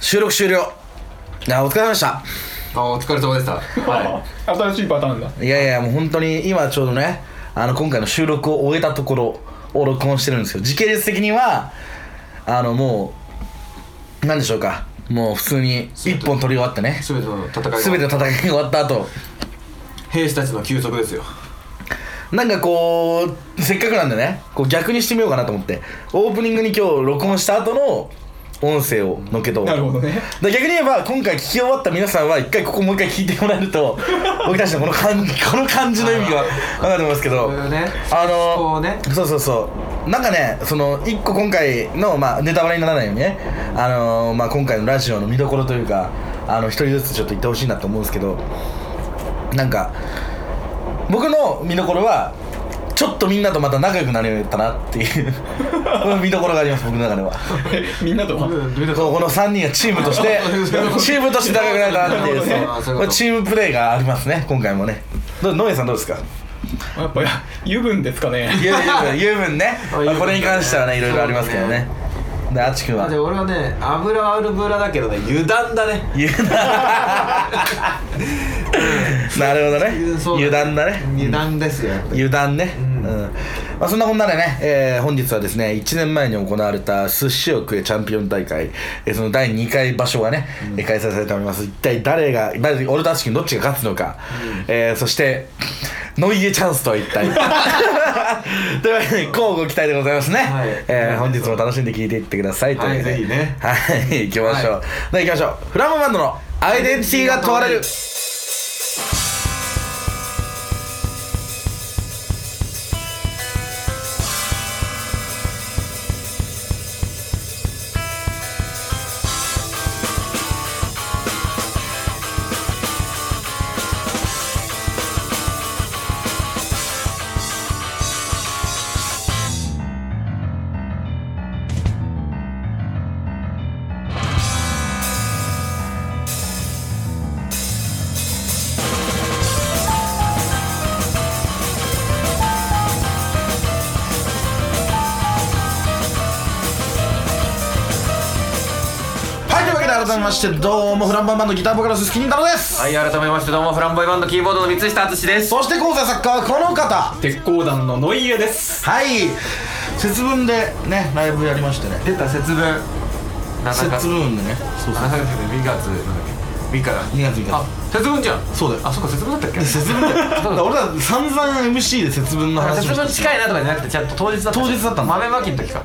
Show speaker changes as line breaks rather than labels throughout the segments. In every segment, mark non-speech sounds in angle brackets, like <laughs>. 収録終了あお疲れ様でした
あお疲れ様でしたは
新しいパターンだ
いやいやもう本当に今ちょうどねあの今回の収録を終えたところを録音してるんですけど時系列的にはあのもう何でしょうかもう普通に一本取り終わってね
い全ての戦いが
全ての戦いが終わった後
兵士たちの休息ですよ
なんかこうせっかくなんでねこう逆にしてみようかなと思ってオープニングに今日録音した後の音声をのっけと
なるほどね
だから逆に言えば今回聞き終わった皆さんは一回ここもう一回聞いてもらえる <laughs> と僕たちのこの感この感じの意味が分かると思いますけど
こういうね
あ
こ
の
うね
そうそうそうなんかねその一個今回の、まあ、ネタバレにならないようにね、あのまあ、今回のラジオの見どころというかあの一人ずつちょっと言ってほしいなと思うんですけどなんか僕の見どころはちょっとみんなとまた仲良くなれたなっていう <laughs> 見どころがあります僕の中では
みんなとは
そうこの3人がチームとして <laughs> チームとして仲良くなれたなっていう
なるほどね
そうこれチームプレーがありますね今回もねどノエさんどうですか
やっぱり油分ですかね
油分油分ね
あ油分ね
これに関してはねいろいろありますけどねであっちくんは
で俺はね油は油だけどね油断だね
油 <laughs> 断なるほどね
そう
油断だね
油断ですよやっぱり
油断ね、うん
ん
まあ、そんなこんなでね、えー本日はですね1年前に行われた寿司を食えチャンピオン大会、えーその第2回場所がね、えー開催されております一体誰が誰俺とアシ君どっちが勝つのか、えーそしてノイエチャンスとは一
<laughs>
体というわけで乞うご期待でございますね、
はい
えー本日も楽しんで聞いていってくださいというわけで
はいぜひね
はい行きましょう、では行きましょうフラムバンドのアイデンティティが問われるはいというわけで改めましてどうもフランバンバンドギターボーカルスキニ太郎です、
はい改めましてどうもフランボイバンドキーボードの三下敦です
そして構成作家はこの方
鉄鋼団のノイエです
はい節分でねライブやりましてね
出た節分なかなか
節分でねそうそう
長崎で2月なんだっけ3日だ
2月3
あ
日
節分じゃん
そうだよ
あそっか節分だったっけ
節分だよだから俺ら散々 MC で節分の話
節
をして
分近いなとかじゃなくてちゃんと当日だった
当日だったんだ
豆まきの時か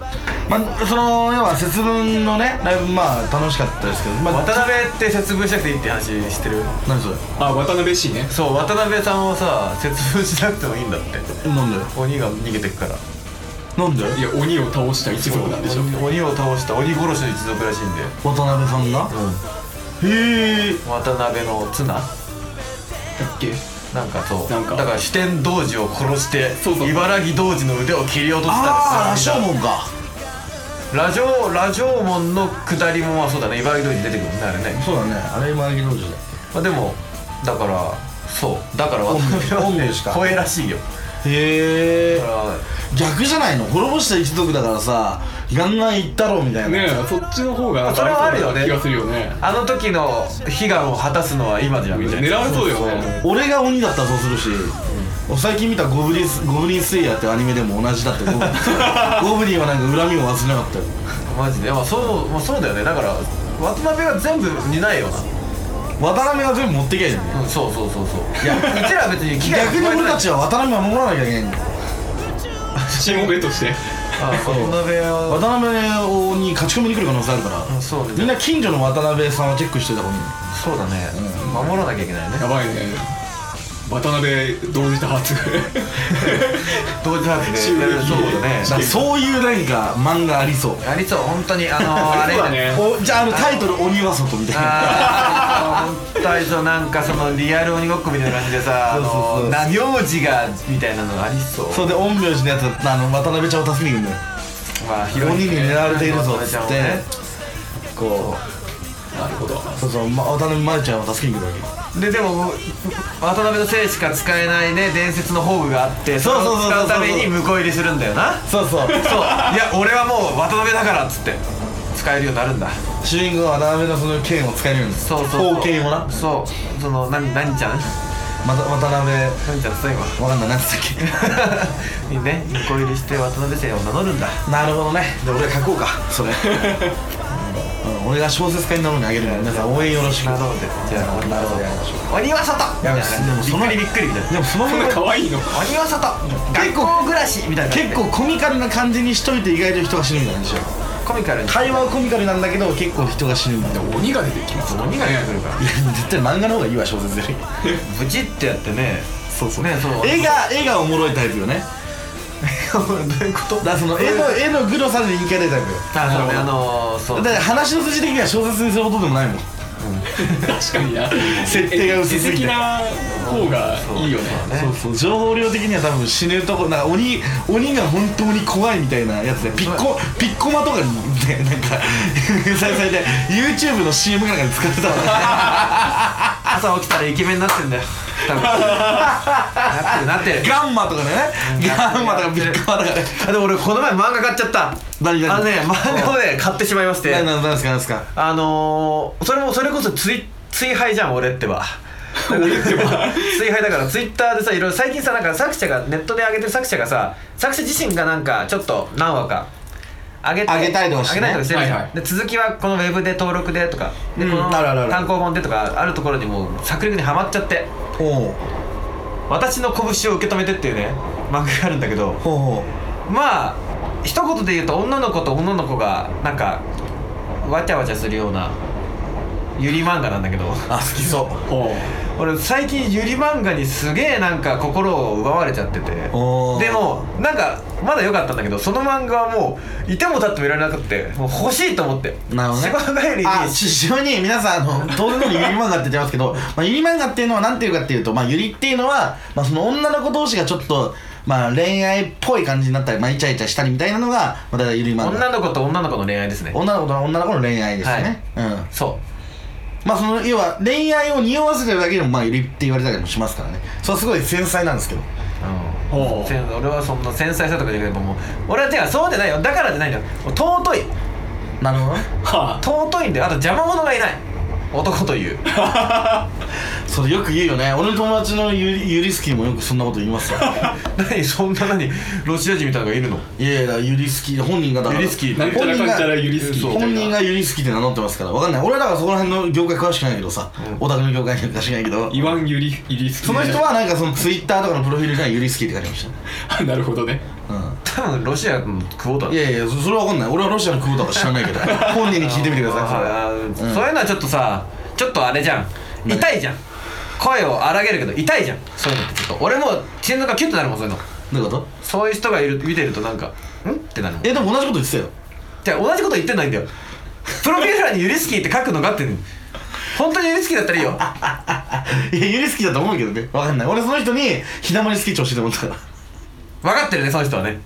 まあ、その要は節分のねライブまあ楽しかったですけどまあ
渡辺って節分しなくていいって話してる
何それ
あ渡辺氏ね
そう渡辺さんをさ節分しなくてもいいんだって
なんだよ
鬼が逃げてくから
なんだよ
いや鬼を倒した一族なんでしょ
鬼鬼を倒した鬼殺しの一族らしいんで
渡辺さんがへえ
渡辺の綱
だっけ
なんかそう
なんか
だから支店童子を殺して
そうそう
茨城童子の腕を切り落とした
ああ羅
って
生
さ
門か
ラジオラジオ門の下り門はそうだね茨城童子出てくるもんねあれね、
そうだねあれ今の道場だよ
まあ、でもだからそうだから渡辺は
本名
ね
しか
声らしいよ
へえ
だから
逆じゃないの滅ぼした一族だからさガンガン行ったろみたいな、
ねえそっちの方が
それはあるよね
気がするよね
あの時の悲願を果たすのは今じゃんみたいな
狙われそうだよね
俺が鬼だったらそうするし、最近見たゴブリンス「ゴブリンスレイヤー」ってアニメでも同じだってゴブ
<laughs>
ゴブリンはなんか恨みを忘れなかったよ
マジでまあそう,、まあ、そうだよねだから渡辺が全部担いよな、
渡辺が全部持ってきゃいいのね
うん、そうそうそうそういやうちら別に危害
逆に
加えて
俺
ない
たちは渡辺を守らなきゃいけないんだよ
しもべとして
あ渡辺は
渡辺に勝ち込みに来る可能性あるから、
うんそうね
みんな近所の渡辺さんをチェックしてた方がいい
そうだね、守らなきゃいけないね
やばいね渡辺同時多発
同時多発で
襲
そ
撃
うだね
だからそういうなんか漫画ありそう
ありそう本当にあのー、
<laughs>
あれ
そうだね
おじゃああのタイトル「鬼は外」みたいな
あー本当にそうなんかそのリアル鬼ごっこみたいな感じでさあ
そうそうそう
の名字がみたいなのがありそう
それで陰陽師のやつあの渡辺ちゃんを助けに行くんだよ
まあ広
鬼
いね
に狙われているぞっつ
渡辺ちゃん
っ
を
て
ね
こ
なるほど
うそうそう、ま、渡辺真由ちゃんを助けに来るわけ
ででも渡辺のせいしか使えないね伝説の宝具があってそれ
そう
を
そうそう
使
そう
うために向こう入りするんだよな
そうそう
そういや俺はもう渡辺だからっつって使えるようになるんだ
主人公は渡辺のその剣を使えるように
そうそう
刀剣をなま
そうそのな何ちゃん
た渡辺
何ちゃんそう今 <laughs>
わかんない何つったっ
いいね横入りして渡辺姓を名乗るんだ
け <laughs> なるほどねで俺が書こうかそれ、うん、俺が小説家になるのにあげるので皆さん応援よろしく
なるほどじゃあ
なるほどやりましょ
鬼は外
や
みたいな
でもその
びっくりびっくりみたいな
うでもその
そんな
辺
可愛いの
鬼は外
結構
学校暮らしみたいな
結構コミカルな感じにしといて意外と人が死ぬみたいなんですよ
コミカルに
会話はコミカルなんだけど結構人が死ぬみたいない
鬼が出てきます
鬼が出てくるから
や <laughs> 絶対漫画の方がいいわ小説より
ブチってやってねそうそうねそう
絵が絵がおもろいタイプよね
どういうこと
だからその絵の絵のグロさで人気が出るタイプよ
あそうねあのーそう
だから話の筋的には小説にするほどでもないもん
確かにな
設定が薄すぎて
絵的な方がいいよね
そうそう情報量的には多分死ぬとこなんか鬼鬼が本当に怖いみたいなやつでピッコピッコマとかにねなんか <laughs> 再生で YouTube の CM かなんかで使ってた <laughs> もんね
朝起きたらイケメンになってんだよ多
<laughs>
分なってるなってる
ガンマとかでねガンマとかピッコマとかで
あでも俺この前漫画買っちゃった
何々
あのね漫画をね買ってしまいまして
何何ですか何ですか
あのー、それもそれこそ追追廃じゃん俺ってば <laughs> 追廃だからツイッターでさいろいろ最近さなんか作者がネットで上げてる作者がさ作者自身がなんかちょっと何話か上げて
上げたりとかしてね
上げたりとかしてるじゃん
はいはい
で続きはこのウェブで登録でとかで、
うん
この
あるあるある
単行本でとかあるところにもう策略にはまっちゃって
ほう
「私の拳を受け止めて」っていうね漫画があるんだけど
ほうほ
まあ一言で言うと女の子と女の子がなんかわちゃわちゃするようなゆり漫画なんだけど
うあ好きそう
ほ
<laughs> 俺最近ゆり漫画にすげえなんか心を奪われちゃっててで
おー
もなんかまだ良かったんだけどその漫画はもういても立ってもいられなくてもう欲しいと思って
なるほどね
芝居帰りに
あちちなみに皆さんあの当然のようにゆり漫画って言ってますけど、 <laughs> まあ、ゆり漫画っていうのは何ていうかっていうと、まあ、ゆりっていうのは、まあ、その女の子同士がちょっと、まあ、恋愛っぽい感じになったり、まあ、イチャイチャしたりみたいなのが、まあ、だいたいゆり漫
女
画
の子と女の子の恋愛ですね
女の子と女の子の恋愛ですね、うん
そ
まあその要は恋愛を匂わせてるだけでもまあゆりって言われたりもしますからねそれはすごい繊細なんですけど
う、うん
うほ
せん俺はそんな繊細さとかじゃなくてもう俺は違うそうじゃないよだからじゃないんだよもう尊い
なるほどね
うは
尊いんだよあと邪魔者がいない男という <laughs>
それよく言うよね俺の友達のゆりゆりスキーもよくそんなこと言いますよ
何そんな何ロシア人みたいなのがいるの
いやいやだからゆりスキー本人がだから
ゆりスキー
あなんちゃらかんちゃらゆりすぎみた
本
い
人
な
がユリスキって名乗ってますからわかんない俺はだからそこら辺の業界詳しくないけどさ、オタクの業界には詳しくないけど
言わんゆりゆりすぎ
その人はなんかそのツイッターとかのプロフィールがユリスキって書いてまし
あなるほどね
た、う
多分ロシアのクォータ
ん、いやいやそそれはわかんない俺はロシアの空母とか知らない <laughs> けど本人に聞いてみてくださ
あーそういうのはちょっとさちょっとあれじゃん痛いじゃん声を荒げるけど痛いじゃんそういうのってちょっと俺も心臓がキュッとなるもんそういうの
いどういうこと
そういう人がいる見てるとなんか「ん?」ってなるもん
えでも同じこと言ってたよ
じゃあ同じこと言ってないんだよプロフィール欄に「ユリスキー」って書くのがって本当にユリスキーだったらいいよ
いやユリスキだと思うけどねわかんない俺その人にひだまりスキー教えてもらったから
分かってるねその人はね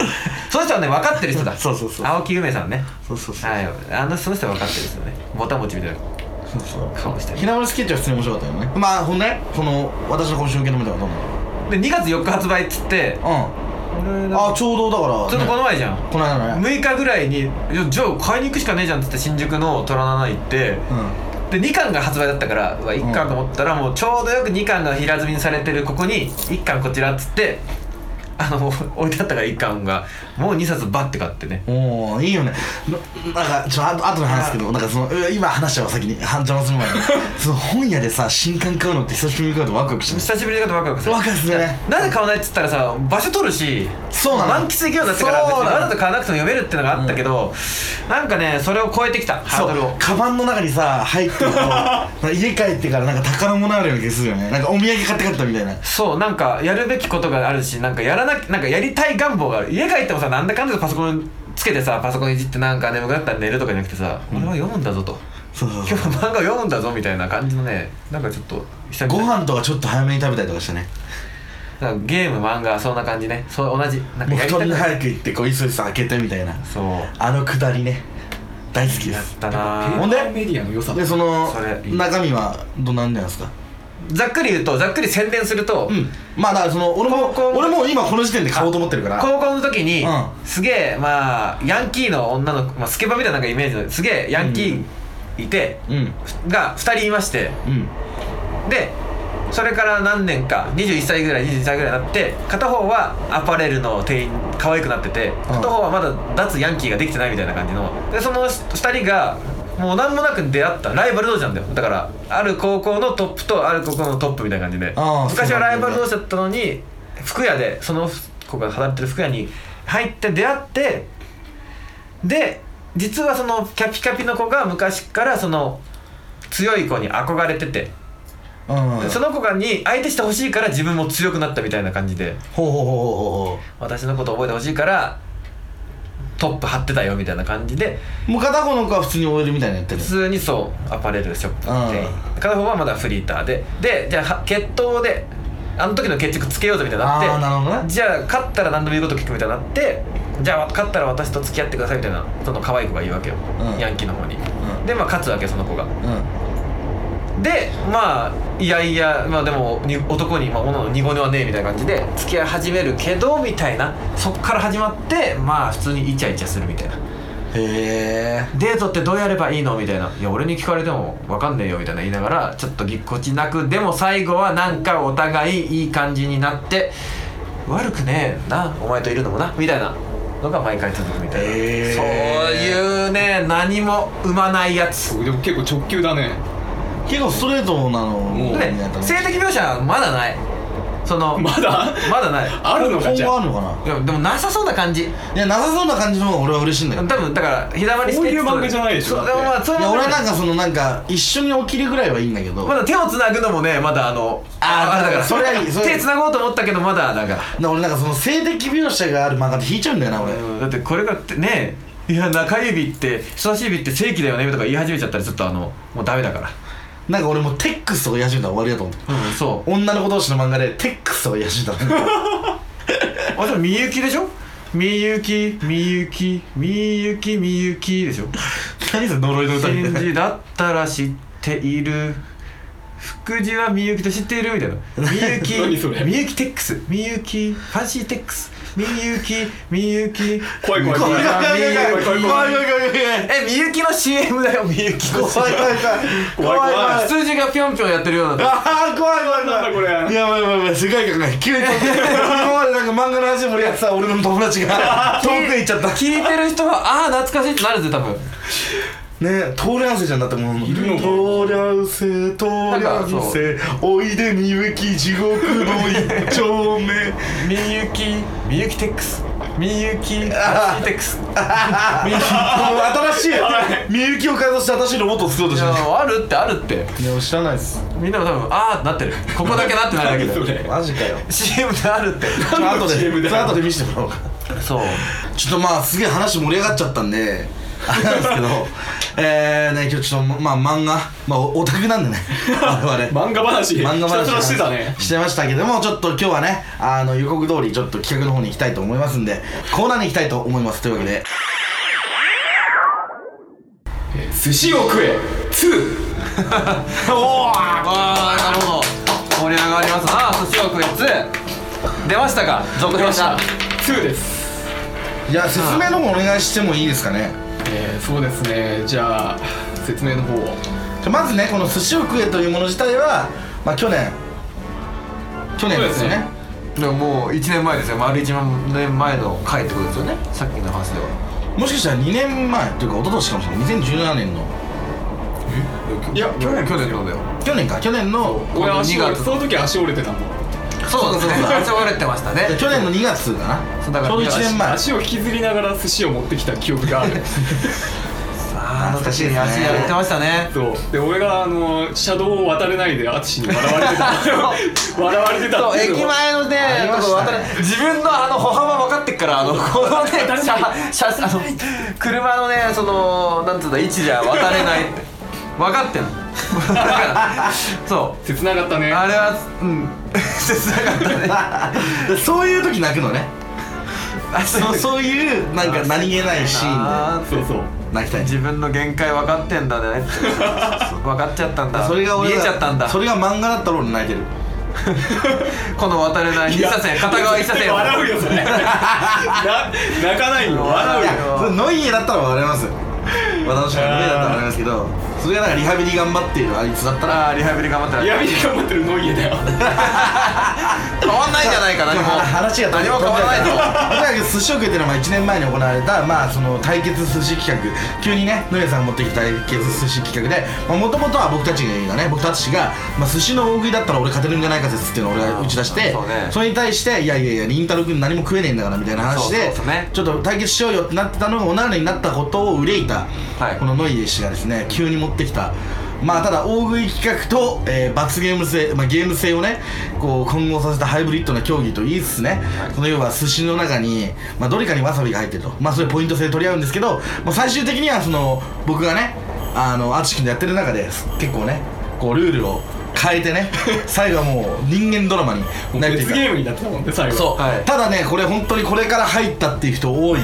その人はね分かってる人だ
<laughs> そうそうそう
青木梅さんね
そうそうそう
はいあのその人は分かってる人ねぼたもちみたいな
そうそう
顔してる
ひだまりスキーって普通に面白かったよねまあほんでこの私の腰を受け止めたことも
で2月4日発売っつって
うん
俺
あちょうどだから、ね、
ちょっとこの前じゃん
この間のね
6日ぐらいにいや「じゃあ買いに行くしかねえじゃん」っつって新宿の虎の穴行って、
うん
で2巻が発売だったからうわ1巻と思ったらもうちょうどよく2巻が平積みにされてるここに1巻こちらっつってあの置いてあったから1巻がもう2冊バッて買ってね
おおいいよねななんかちょっとあとの話ですけどなんかそのうわ今話しちゃうわ先には邪魔する
<laughs>
前にその本屋でさ新刊買うのって久しぶりに買うとワクワクします
久しぶりだとワ <laughs> クワクする
ワクワクするね
なぜ買わないっつったらさ場所取るし
そうなの
満喫できるようになってから別
そう
に
なの
わざと買わなくても読めるってのがあったけど、なんかねそれを超えてきたハー
そ
ドル
う
を
カバンの中にさ入ってる
<laughs>
となんか家帰ってからなんか宝物あるような気がするよねなんかお土産買って帰ったみたいな
そうなんかやるべきことがあるしなんかやらなきなんかやりたい願望がある家帰ってもさなんだかんだでパソコンつけてさパソコンいじってなんか眠くなったら寝るとかじゃなくてさ、俺は読むんだぞと
そうそうそ
今
う
日は漫画を読むんだぞみたいな感じのねなんかちょっと久
ご
々に
飯とかちょっと早めに食べたりとかしてね
なんかゲーム漫画そんな感じねそう同じなんか
もう
や
布
りた
団
く
に
ない
早く行ってこういそいそ開けてみたいな
そう
あのくだりね大好きで
やっ
す
たな
ほ
ぁ
んで
メディアの良さ
でその
それいい
中身はどんなんなんですか
ざっくり言うとざっくり宣伝すると、
うん、まあだからその俺も
高校
俺も今この時点で買おうと思ってるから
高校の時に、
うん
すげえまあヤンキーの女の子、まあ、スケバみたいななんかイメージのすげえヤンキーいて
うん
が2人いまして
うん
でそれから何年か21歳ぐらい22歳ぐらいになって片方はアパレルの店員可愛くなってて片方はまだ脱ヤンキーができてないみたいな感じのでその2人がもう何もなく出会ったライバル同士なんだよだからある高校のトップとある高校のトップみたいな感じで
ああ
昔はライバル
そうな
同
ん
士だったのに服屋でその子が働いてる服屋に入って出会ってで実はそのキャピキャピの子が昔からその強い子に憧れてて
うん
その子がに相手してほしいから自分も強くなったみたいな感じで
ほうほうほうほうほ
私のこと覚えてほしいからトップ張ってたよみたいな感じで
うもう片方の子は普通に OL みたいなやってる
普通にそうアパレルショップ店員
う
片方はまだフリーターででじゃあは決闘であの時の決着つけようぜみたいになって
あーなるほどね
じゃあ勝ったら何でも言うこと聞くみたいになってじゃあ勝ったら私と付き合ってくださいみたいなその可愛い子が言うわけよ、
うん
ヤンキーの方に、
ん
でまあ勝つわけよその子が
うん
でまあいやいやまあでもに男に、まあ、女の濁音はねえみたいな感じで付き合い始めるけどみたいなそっから始まってまあ普通にイチャイチャするみたいな
へえ
デートってどうやればいいのみたいないや俺に聞かれても分かんねえよみたいな言いながらちょっとぎっこちなくでも最後はなんかお互いいい感じになって悪くねえなお前といるのもなみたいなのが毎回続くみたいな、
へえ
そういうね何も生まないやつ
でも結構直球だね
結構ストレートなの
もう
で
みんなやったの
性的描写はまだないその
まだ
まだない
<laughs> あるのかじ
今後
ゃあ
あるのかない
やでもなさそうな感じ
いやなさそうな感じの方が俺は嬉しいんだ
多
よ
分だからひだまりステッチと
こういう漫画じゃないでしょ
そうでもまあそれ
いや俺はなん
か
かそのなんか一緒に起きるぐらいはいいんだけど
まだ手をつなぐのもねまだあの
あー
れだから
それはいいそれはいい
手つなごうと思ったけどまだだから
な俺なんかその性的描写がある漫画って引いちゃうんだよな俺
うんだってこれがってねいや中指って人差し指って正規だよねとか言い始めちゃったらちょっとあのもうダメだから
なんか俺もうテックスとか言い始めたら終わりだと思って
うんそう
女の子同士の漫画でテックスとか言い始めたの
あでもみゆきでしょみゆきみゆきみゆきみゆきでしょ
何それ呪いの歌みたい
真
な
珠だったら知っている福字はみゆきと知っているみたい
<laughs>
なみゆ
何
き
それ
みゆきテックスみゆきファンシーテックスみゆきみゆき
怖い怖い
怖
怖
い怖
い
い怖い怖い怖い怖い怖い怖い怖い
えみゆきの CM だよみゆきの CM
怖い怖い怖い怖い怖い怖い
怖い怖
怖い
数字がぴょんぴょんやってるような
あー怖い怖い
なんだこ
怖い
れ
いやばいやばいやばい世界観が急に飛んで今までなんか漫画の話盛り上がってた俺の友達が遠くへ行っちゃった
聞いてる人はああ懐かしいってなるぜ多分
ねえ通り合わせじゃんだってもうい
るのか
通り合わせ通り合わせおいでみゆき地獄の一丁目
みゆきみゆきテックスみゆきファンシーテックスみゆ
も
き
う新しいみゆきを改造して新しいロボットを作ろうと
い
し
や
まし
あるってあるって
たいや知らないです
みんなも多分ああなってるここだけなってないだけ
<laughs>
何そ
で
れ
マジかよ
CM であるって
ちょっと後
CM
で
だ
その後で見せてもらおうか
そう
ちょっとまあすげえ話盛り上がっちゃったんであれなんですけ
<laughs>
どえーね今日ちょっとまあ漫画まあオタクなん
<laughs>
でね我々
漫画話
漫画話
ひたすらしてたね
してましたけどもちょっと今日はねあの予告通りちょっと企画の方に行きたいと思いますんでコーナーに行きたいと思いますというわけで
寿司を食え2
ああなるほど盛り上がりますな寿司を食え2出ましたか続編だ
2です
いや説明の方お願いしてもいいですかね
えー、そうですねじゃあ説明の方を
じゃあまずねこの寿司を食えというもの自体はまあ去年去年ですよね
そうで
でももう1年前ですよ丸1年前の回ってことですよねさっきの話では
もしかしたら2年前というか一昨年かもしれない2017年の
いや去年
去年のだよ
去年か去年の
俺足折
二
れ
月
その時足折れてたもん
そうだそう
そうだ
だそうだれてましたね
去年の2月か
そう
な
だ
ち
から
ょうど1年前
足を引きずりながら寿司を持ってきた記憶があ <laughs> る
ああ懐かしいね足
懐かしいですね
やってましたね
そうで俺があの車道を渡れないで淳に笑われて <laughs> た笑われてた
そ
っ
う
ていうの
駅前のね
ありま
と
し
こ
たね
渡れ自分のあの歩幅分かってっからあのこのね車車あの車のねそのなんつうんだ位置じゃ渡れないって分かってんのだからそ
切なかったね
うあれはうん <laughs> 切なかったね
そういう時泣くのね
あ
そ
そううそう
そういうなんか何気ないシーン
あー
そうそう
で泣きたい
自分の限界分かってんだねって分かっちゃったんだ
それが
見
俺
え
が
ちゃったんだ
それが漫画だったら俺泣いてる
この渡れない一車線片側一車線
笑うよ <laughs> それな泣かないよ笑う
い
よ
やそれノイエだったら笑います私のノイエだったら笑いますけどそれがなんかリハビリ頑張っているあいつだったら
あーリハビリ頑張ったら
闇で頑張ってるノイエだよ
変わんないんじゃないか何も
話が
何も変わらないと
とにかく寿司を食っていうのは1年前に行われた、まあ、その対決寿司企画急にね野家さんが持ってきた対決寿司企画でもともとは僕たちがね僕たちが、まあ、寿司の大食いだったら俺勝てるんじゃないか説っていうのを俺が打ち出して
そうね
れに対していやいやいや凛太郎君何も食えねえんだからみたいな話で
そうそうそうね
ちょっと対決しようよってなってたのがおならになったことを憂いた、
はい
このノイエ氏がですね急に持ってきたまあただ大食い企画と、えー罰ゲーム性、まあ、ゲーム性をねこう混合させたハイブリッドな競技と言いつつね、この要は寿司の中に、まあ、どれかにわさびが入ってるとまあそういうポイント制で取り合うんですけど、まあ、最終的にはその僕がねあの淳君とやってる中で結構ねこうルールを変えてね最後はもう人間ドラマに
もう
なるという
別
か
ゲームになってたもんね最後
そう、
はい
ただねこれ本当にこれから入ったっていう人多い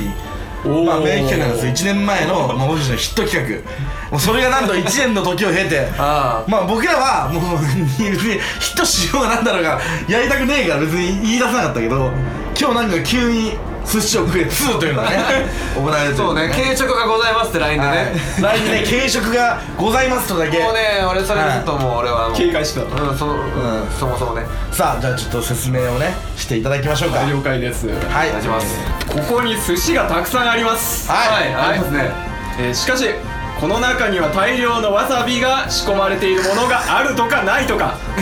おー
まあ名企画なんですよ1年前の、まあ、僕たちのヒット企画もうそれがなんと1年の時を経て
<laughs> あ
まあ僕らはもう別にヒットしようがなんだろうがやりたくねえから別に言い出さなかったけど今日なんか急に寿司を食え2という
<laughs>
のがね行われてる
あそうね軽食がございますって LINE で
はい
ね
LINE でね軽食がございますとだけ
もうね俺それちょっともう俺はもう
警戒してた
うんその
ん
そもそもね
さあじゃあちょっと説明をねしていただきましょうかはい
了解です
はい
お願いします
ここに寿司がたくさんあります
はい
ありますね
えーしかしこの中には大量のわさびが仕込まれているものがあるとかないとか
ある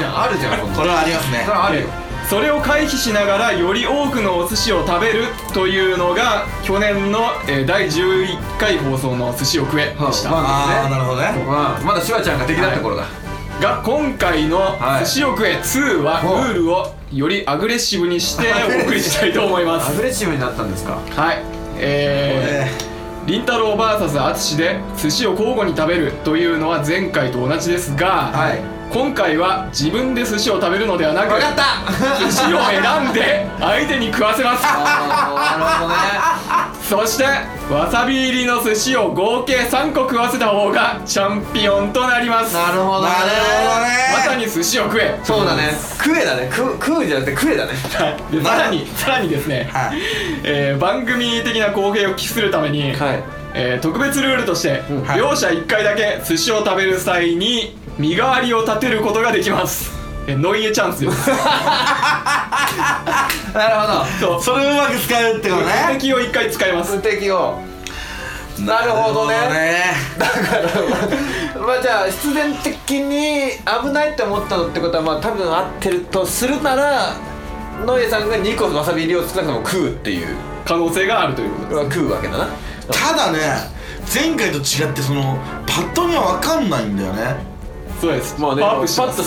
じゃんあるじゃんこんな
これはありますね
それはあるよ
それを回避しながらより多くのお寿司を食べるというのが去年の、えー第11回放送の「寿司を食え」でした、
ま
ああなるほどね
まあまだシュワちゃんが敵だった頃だ
が今回の
は
「
い
寿司を食え2」は
ほう
ルールをよりアグレッシブにしてお送りしたいと思いま
ア
す
グレッシブになったんですか
はいえー、りんたろう VS 淳で寿司を交互に食べるというのは前回と同じですが、
はい
今回は自分で寿司を食べるのではなく
分かった
寿司を選んで相手に食わせます
あ
そしてわさび入りの寿司を合計3個食わせた方がチャンピオンとなります
ーなるほどね
なるほどね
まさに寿司を食え
そうだね食えだね食う食うじゃなくて食えだね
でさらにさらにですね、
はい
えー番組的な公平を期するために、
はい
えー特別ルールとして、
はい
両者1回だけ寿司を食べる際に身代わりを立てることができますえーノイエチャンスです
なるほど
そ
そ
う
れをうまく使うってことね
敵を1回使います
素敵をなるほどねだからまあじゃあ必然的に危ないって思ったのってことはまあ多分合ってるとするならノエさんが2個わさび入りを少なくとも食うっていう
可能性があるということで
は食うわけだな
ただね前回と違ってそのパッと見は分かんないんだよね
すそうです
まあね
パ
パ
ワーアップしま
ッ
す
と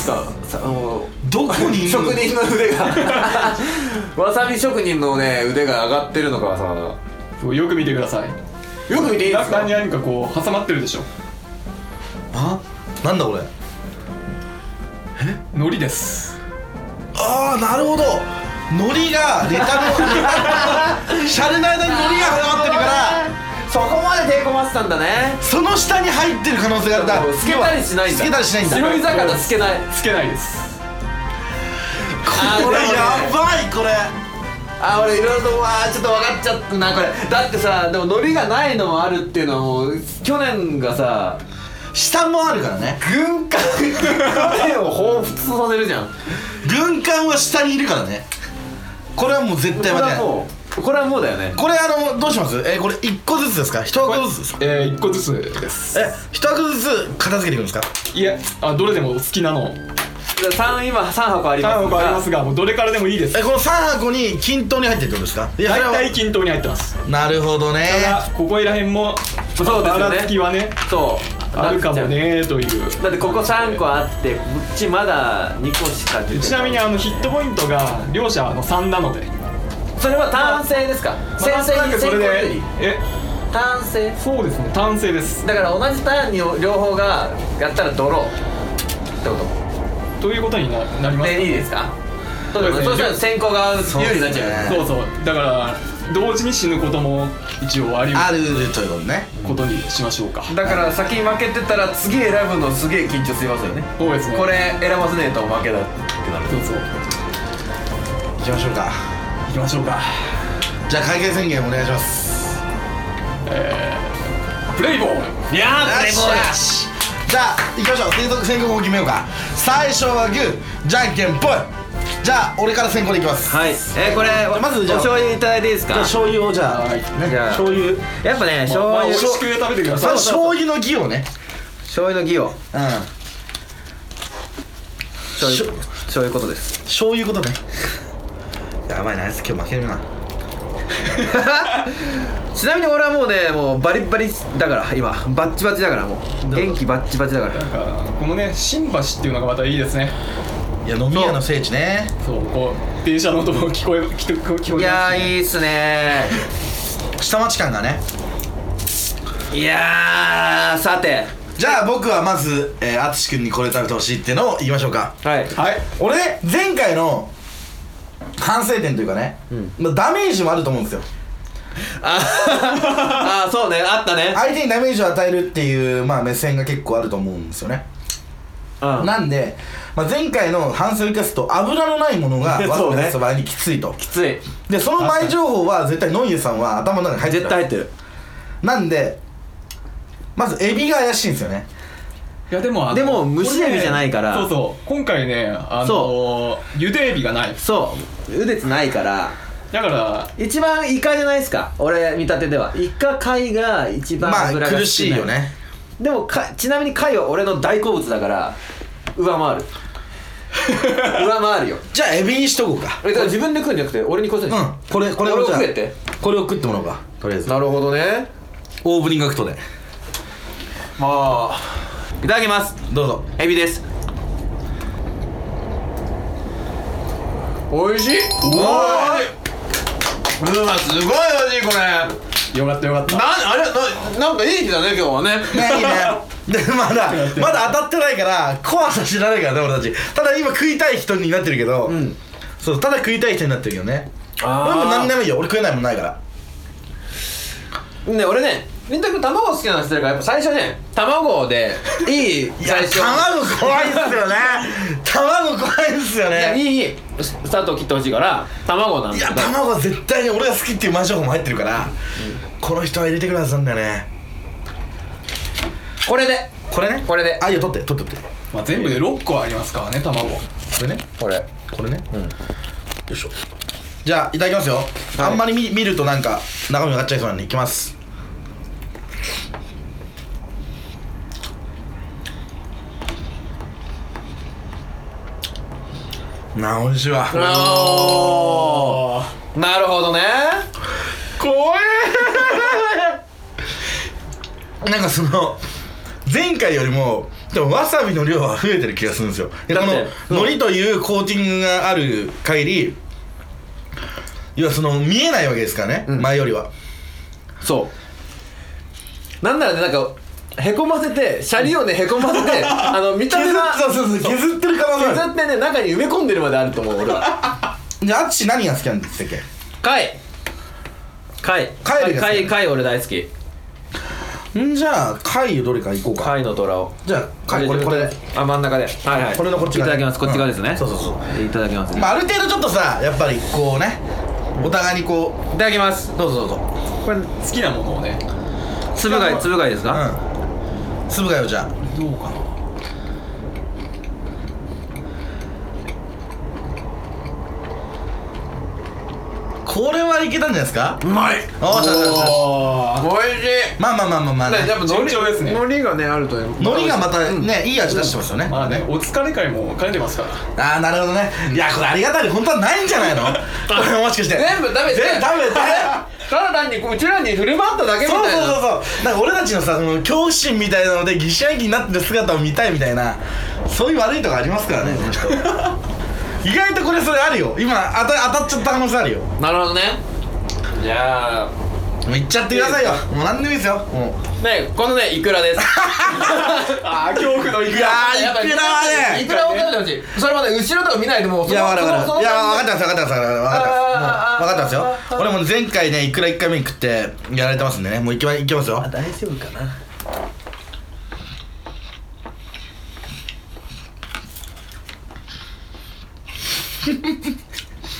したさもう
どこにいるの
職人の腕がわさび職人のね腕が上がってるのかさ
そうよく見てください
よく見ていいです
中
か
に何かこう挟まってるでしょ
あなんだこれ
海苔です
ああなるほど海苔がネ
<laughs>
タのシャレの間に海苔が挟まってるから
そこまで手こまってたんだね
その下に入ってる可能性があるだ
そう透けたりしないんだ
透けたりしないんだ
白身魚つけない
つけないです
あー
これ
でもね
やばいこれ
あー俺いろいろとわーちょっと分かっちゃったなこれだってさでもノリがないのもあるっていうのはもう去年がさ
下もあるからね
軍艦去年を彷彿とさせるじゃん
軍艦は下にいるからねこれはもう絶
これ
対間違
はい
ない
もうこれはもうだよね
これあのどうしますえこれ1個ずつですか1箱ずつですか
えー、1個ずつです
え一箱ずつ片付けていくんですか
いえあどれでもお好きなの
3今3箱あります
3個ありますがもうどれからでもいいです
えこの3箱に均等に入ってるってことですかい
大
それ
体均等に入ってます
はなるほどね
ただここいらへんも
そうですよね
ばらつきはね
そう
あるかもねという
だってここ3個あってこっちまだ2個しか出て
ちなみにあのヒットポイントが両者あの3なので
それは単性ですか先
まあなんとな
生
くそれ
先生
で
に
え
単性
そうですね単性です
だから同じターンに両方がやったらドローってこと
ということにななります
でいいですかそう
う
だ
だ
よ
よ
ね
ね
そうしたら先行が有利になっちゃうよね
そう
そうそうだから同時に死ぬことも一応あり
あるということね
ことにしましょうか
だから先に負けてたら次選ぶのすげえ緊張しますよね
そうですね
これ選ばせねえと負けだってなる
どうぞ
いきましょうか
行きましょうか
じゃあ会見宣言お願いします
えプレイボール
いやープレイボールだ
しじゃあ行きましょう先先行を決めようか最初はグーじゃんけんぽいじゃあ俺から先行でいきます
はいえー、これ
まずじゃあ
お醤油いただいていいですか
じゃあ醤油をじゃあ
はい
なん
じゃ
か
あ
醤油ま
やっぱね
ま
醤
あ美
油
味しく食べてください
ず醤油の義をね
醤油の義を
うん
醤油そういうことです
醤油ことね <laughs> やばいなあいつ今日負けるな
ちなみに俺はもうねもうバリッバリだから今バッチバチだからもう元気バッチバチだから
なんかこのね新橋っていうのがまたいいですね
いや飲み屋の聖地ね
そうこう電車の音も聞こえ聞こえ聞こ
い
え
や
ます
ーい
ね
いっすね
下町感がね
<laughs> いやーさて
じゃあ僕はまず淳、えー、淳君にこれ食べてほしいってのを言いましょうか
はい
はい
俺ね前回の反省点というかね、まあ、ダメージもあると思うんですよ
ああーそうねあったね
相手にダメージを与えるっていう、まあ、目線が結構あると思うんですよね
うん
なんで、まあ、前回の反省を生かすと油のないもの <laughs> が
そうね
わざわざ場合にきついと
きつい
でその前情報は絶対ノイエさんは頭の中に入って
絶
る
対入ってる
なんでまずエビが怪しいんですよね
いやでもあの
でも蒸しエビじゃないから
これねそうそう今回ねあの
そ
ゆでエビがない
そううでつないから
だから
一番イカじゃないですか俺見立てではイカ貝が一番
まあ
脂が少ない
苦しいよね
でもかちなみに貝は俺の大好物だから上回る上回るよ
じゃあエビにしとこうか
えだから自分で食うんじゃなくて俺にこうするん
う
でし
んこれこれ
これを
じゃあ
食えって
これを食ってもらおうかとりあえず
ょなるほどね
オープニングアクトで
まあいただきます
どうぞ
エビですおいしい
お
おーいうわすごい美味しいこれ
よかったよかった
なんあれななんかいい日だね今日はね
ねいいねでま
<laughs>
だまだ当たってないから怖さ知らないからね俺たちただ今食いたい人になってるけど、
ん
そうただ食いたい人になってるけどね
あー
俺も何でもいいよ俺食えないもんないから
ね俺ねりんたくん卵好きなの知ってるからやっぱ最初ね卵でいい
いや
最初
卵怖いっす
<laughs>
よね卵怖いっすよ
いやい
ね
いいいスタートを切ってほしいから卵なん
い
だ
や
けど
卵は絶対に俺が好きっていうマンションも入ってるから、この人は入れてくるはずなんだよね
これで
これね
これで
あいや取って取って取って
まあ、全部で6個ありますからね卵
これね
これ
これね、よいしょじゃあいただきますよ、あんまり見見るとなんか中身が上がっちゃいそうなんでいきますなあ美味しいわ
おーなるほどね
怖え
なんかその前回よりもでもわさびの量は増えてる気がするんですよでこ
だって
の海苔というコーティングがある限り要はその見えないわけですからね、
ん
前よりは
そうなんならねなんかへこませてシャリをねへこま
<laughs>
せてあの見た目が
削っそうそうそう削ってる可能性ある
削ってね中に埋め込んでるまであると思う
<laughs>
俺は
じゃあ、あっち何が好きなんですっけ
貝貝
貝類が好き
貝貝俺大好き
んじゃあ、貝どれか行こうか。
貝の虎を
じゃあ、貝、これ、これで。
あ真ん中ではいはい
これのこっち側
いただきますこっち側ですね、
うんそうそうそう
いただきます、
まあ、ある程度ちょっとさ、やっぱりこうね、お互いにこ
いただきます
う、どうぞどうぞ。
これ好きなものをね
つぶ貝つぶ貝ですか、
うん。粒がよ、じゃあ。
どうかな
これはいけたんじゃないですか
うまい
おーしゃしゃしゃ
あ
おいしい
まあまあまあまあまあね。
やっぱ海
順調ですね
苔がねあるとね
海苔がまたね、いい味出してますよね。
まあねお疲れ会も兼ねてますから
ああ、なるほどね。いや、これありがたい。本当はないんじゃない <laughs> のこれもしかして。
全部食
<laughs>
べて
全部食べて。
ただ単にうちらに振る舞っただけみ
そう
たい
そう
な
そうそうなんか俺たちのさその恐怖心みたいなので疑心暗鬼になってる姿を見たいみたいなそういう悪いとこありますからね <laughs> この人意外とこれそれあるよ今当た当たっちゃった可能性あるよも
なるほどねじゃあ
う行っちゃってくださいよもう何でもいいですよも
ねこのねイクラです
ああ恐怖の
う
い
いや
あやっぱ
ーい
り
くらはね
イクラを食べてほしいそれまで後ろとか見ないでもう
い
い
やわかるわかるいや分かってます分かってます分
あー
かってますもう分か
あー
ってますよ俺も前回ねいくら1回目に食ってやられてますんでねもういきまいきますよ
大丈夫かな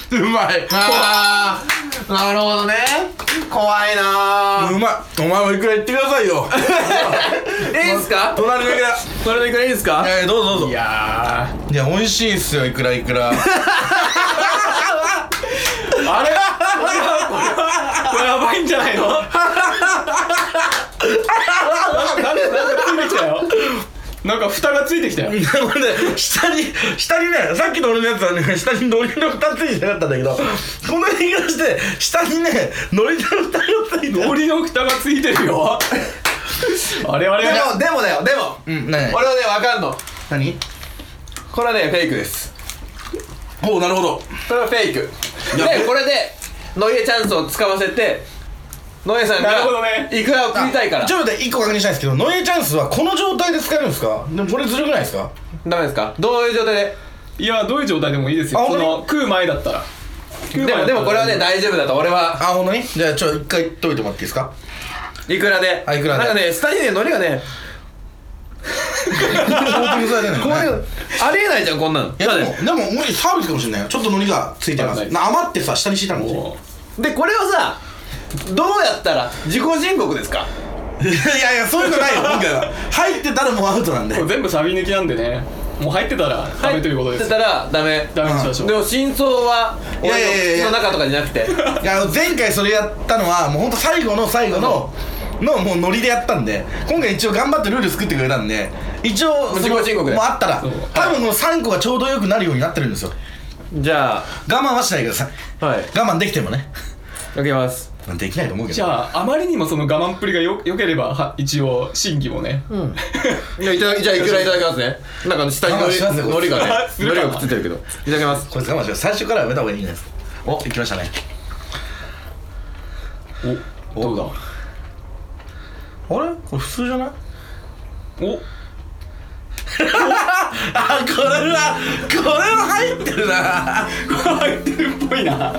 うまい
あ
なるほどね怖いな
うまいお前もいくら言ってくださいよ
えいいっすか
隣のいくら
それでいくらいいっすか
えー、どうぞどうぞいや
や
いや美味しいっすよいくらいくら
あれこれやばいんじゃないのなんかなんかついてきたよなんか蓋がついてきたよ
これね下に下にねさっきの俺のやつはね下に海苔の蓋ついてなかったんだけどこの辺がして下にね海苔の蓋がついてる
檻の蓋がついてるよあれあれ
でもでもだよでも
うん何
俺はねわかんの
何
これはねフェイクです
おうなるほど
これはフェイクでこれでノイエチャンスを使わせてノイエさんが
なるほどね
いくらを食いたいから
ちょっと待って1個確認したいんですけどノイエチャンスはこの状態で使えるんですかでもこれずるくないですか
ダメですかどういう状態で
いやどういう状態でもいいですよ
あ
そ
本当に
の食う前だったら食う前
で
だ
も
った
で
ら
もこれはね大丈夫だと俺は
あほんとにじゃあちょっと一回解いてもらっていいです <laughs> か
いくらで
あいくらで
なんかね下にね海苔がね
コーティングされてるの
こう
ね
いうありえないじゃんこんなの
いやでも、でも、俺サービスかもしれないよ。ちょっと海苔がついてま
わか
す。
んな
な余ってさ、下に敷いたの。
も
でこれをさどうやったら自己申告ですか
<laughs> いやいや、そういうのないよ、今回は。入ってたらもうアウトなんで。
うこれ全部サビ抜きなんでねもう入ってたらダメということで
って
す、
たらダメ
ダメにしましょう
でも真相はい
やいやいやい
俺
や
の口の中とかじゃなくて
いや、前回それやったのは、もうほんと最後の最後の、のもうノリでやったんで、今回一応頑張ってルール作ってくれたんで、一応、
自己申告で
もうあったら
そう、
多分この3個がちょうどよくなるようになってるんですよ。
じゃ
我慢はしないでください。
あはい
我慢できてもね。
開けます
できないと思うけ
じ
ど。
ゃああまりにもその我慢っぷりがよよければは一応審議もね、 <laughs>
いやいただじゃあいくらいただきますねなんか下に
我慢しますね
の
こ
り
れ
がね <laughs>
す
の
るか
りがくっついてるけどいただきます
こいつ我慢しよう。最初からやめた方がいいんじゃないですか。お、行きましたね。
おどうだ
あれこれ普通じゃない
お
<laughs> あ、これは、これは入ってるな。
入ってるっぽいな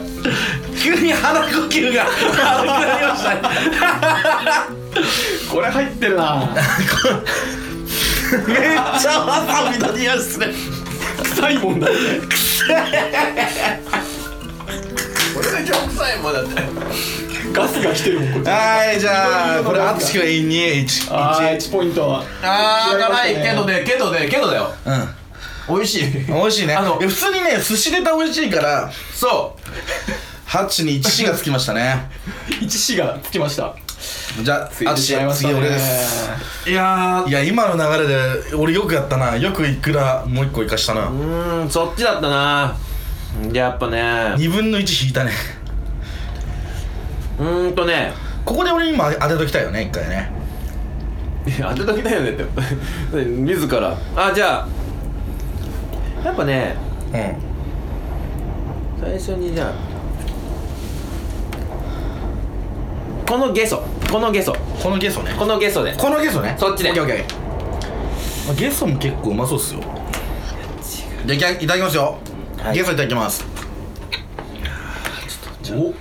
急に鼻呼吸が荒くなりましたね
これ入ってるな
めっちゃわさびの匂いっすね
臭いもんだね
これが今日臭いもんだって
ガスが来てるもんこれ
はいじゃあこれ淳君は2
あー
1
1ポイント
あー辛いけどねけどねけどだよ
うん
美味しい
美味しいね
あの
いや普通にね寿司ネタ美味しいから
そう
8に1がつきましたね
1死がつきました
じゃあ
ついてしまい
淳
まし
次
たね
俺です
いや
いや今の流れで俺よくやったなよくいくらもう1個いかしたな
うーんそっちだったなやっぱね
2分の1引いたね
うーんとね
ここで俺今当てときたいよね1回ね
いや当てときたいよねって <laughs> 自らあじゃあやっぱね
うん
最初にじゃあこのゲソこのゲソ
このゲソね
このゲソで
このゲソね
そっちで
オッケーオッケーオッケーゲソも結構うまそうっすよじゃあいたいただきますよ、
はい
ゲソいただきます
お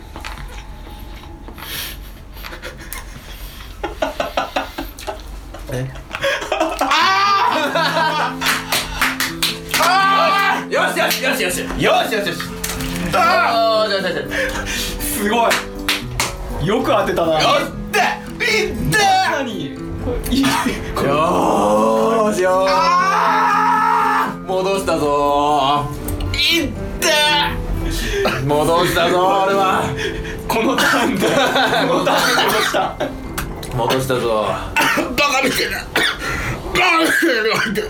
よしよしよしよしよしよしよしああよしよしよし
すごいよく当てたな
よっていった
何いい
よーしよー戻したぞーいった戻したぞー俺は
このターンでこのターンで戻した
戻したぞ
バカみてえなバカみてえな入ってる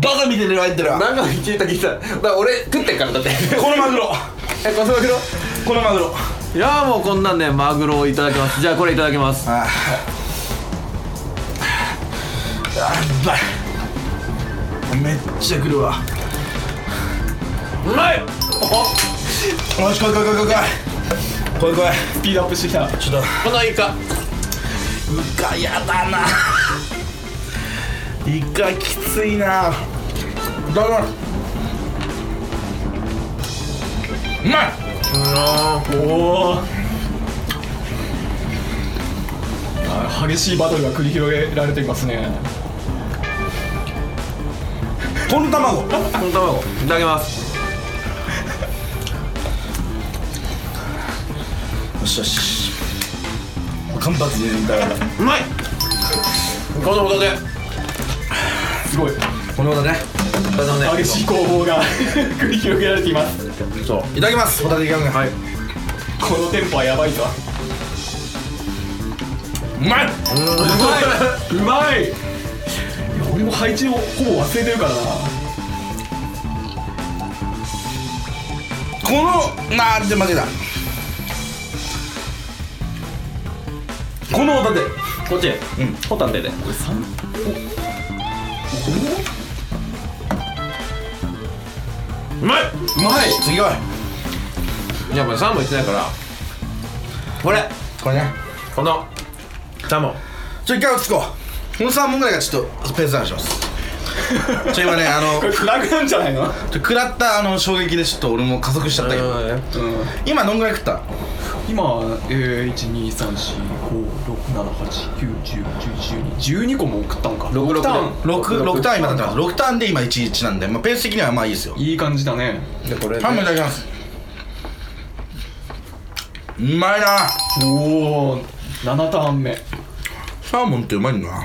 バカみてえな入ってるわ
なんか聞いた聞いただから俺食ってっからだって
このマグロ
えこのマグロ
このマグロ
いやーもうこんなんねマグロをいただきますじゃあこれいただきます
あーあーうまいめっちゃくるわ
うまい
よし来い来い来い来い来い来い来い
スピードアップしてきた
ちょっと
このイカ
イカやだなイカきついなだなうまい
おおあ激しいバトルが繰り広げられていますね
この卵
この卵いただきます
よしよし間髪入れるから
うまいこのホタテ
すごい
このことね
激しい攻防が <laughs> 繰り広げられています
いただきますホタテいかんが
はい
このテンポはやばいぞ
うまいう
まいいや俺も配置をほぼ忘れてるからな
このなあで負けたこのホタテ
こっち
うん
ホタテで
うまい
まい次来い
いやっぱ3本いってないからこれ
これね
この3本
ちょ一回落ち着こうこの3問ぐらいがちょっとペースダウンしますちょ今ねあの
これ暗くなんじゃないのうん
ちょ食らったあの衝撃でちょっと俺も加速しちゃったけど今どんぐらい食った
今、えー、123456789101112個も送ったのか
六
六ターン
6六ターン今だってます6ターンで今11なんで、まあ、ペース的にはまあいいですよ
いい感じだね
でこれ
半分いただきますうまいな
おお7ターン目
サーモンってうまいんだな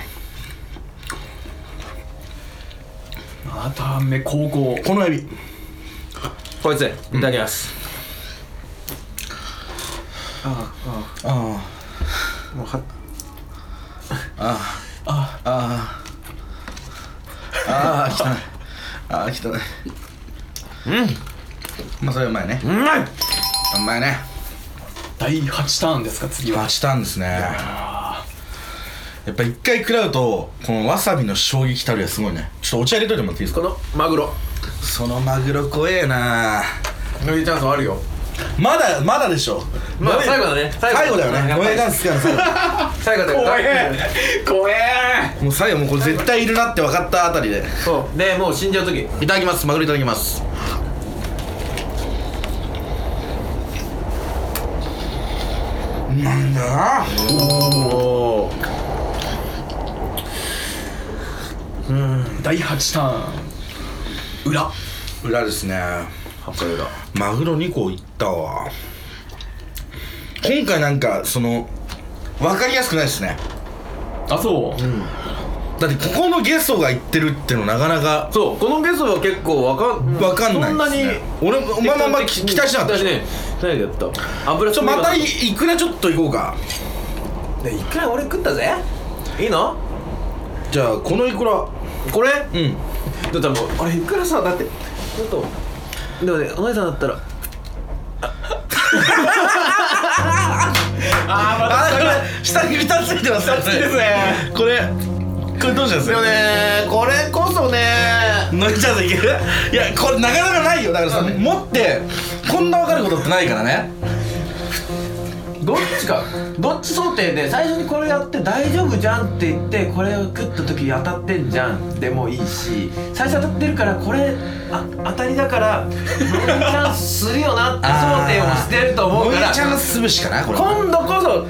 7ターン目高校
このエビ
こいついただきます
あ
もうは
あああああ汚いああ汚いうんまあそれはうまいね
うまいう
まいね
第8ターンですか次は
バチタンですねやっぱ一回食らうとこのわさびの衝撃たるやすごいねちょっとお茶入れといてもらっていいです
こ
か
のマグロ
そのマグロ怖えな
抜いチャンスあるよ
まだまだでしょ
まあ
ごめん
最後だね最後
最後だよね
うん
ごめんなんですけど最後
最後だよ
怖え怖え
もう最後もうこれ絶対いるなって分かったあたりで
そうでもう死んじゃう時
いただきますマグロいただきますなんだな
おお
第8ターン裏
裏ですね
八回裏
マグロ2個いったわ今回なんかその分かりやすくないですね
あそう、
だってここのゲストが言ってるってのなかなか
そうこのゲストは結構わかん
分かんないです、ね、俺もお前もあんま期期待しなかったでしょ
ね何でやった油
ちょまたいいくらちょっと行こうか
ねいくら俺食ったぜいいの
じゃあこのいくら
これ
うん
だってもうあれいくらさだってちょっとでもねお姉さんだったら
あこれ下に2つついてますよねこれこれどうしたんですか
ねこれこそね
乗っちゃうといけるいやこれなかなかないよだからさ持ってこんな分かることってないからね
どっちかどっち想定で最初にこれやって大丈夫じゃんって言ってこれを食った時当たってんじゃんでもいいし最初当たってるからこれあ当たりだからノリチャンスするよな <laughs> って想定をしてると思うか
ノ
ら
リチャンスぶしかなこれ
今度こそ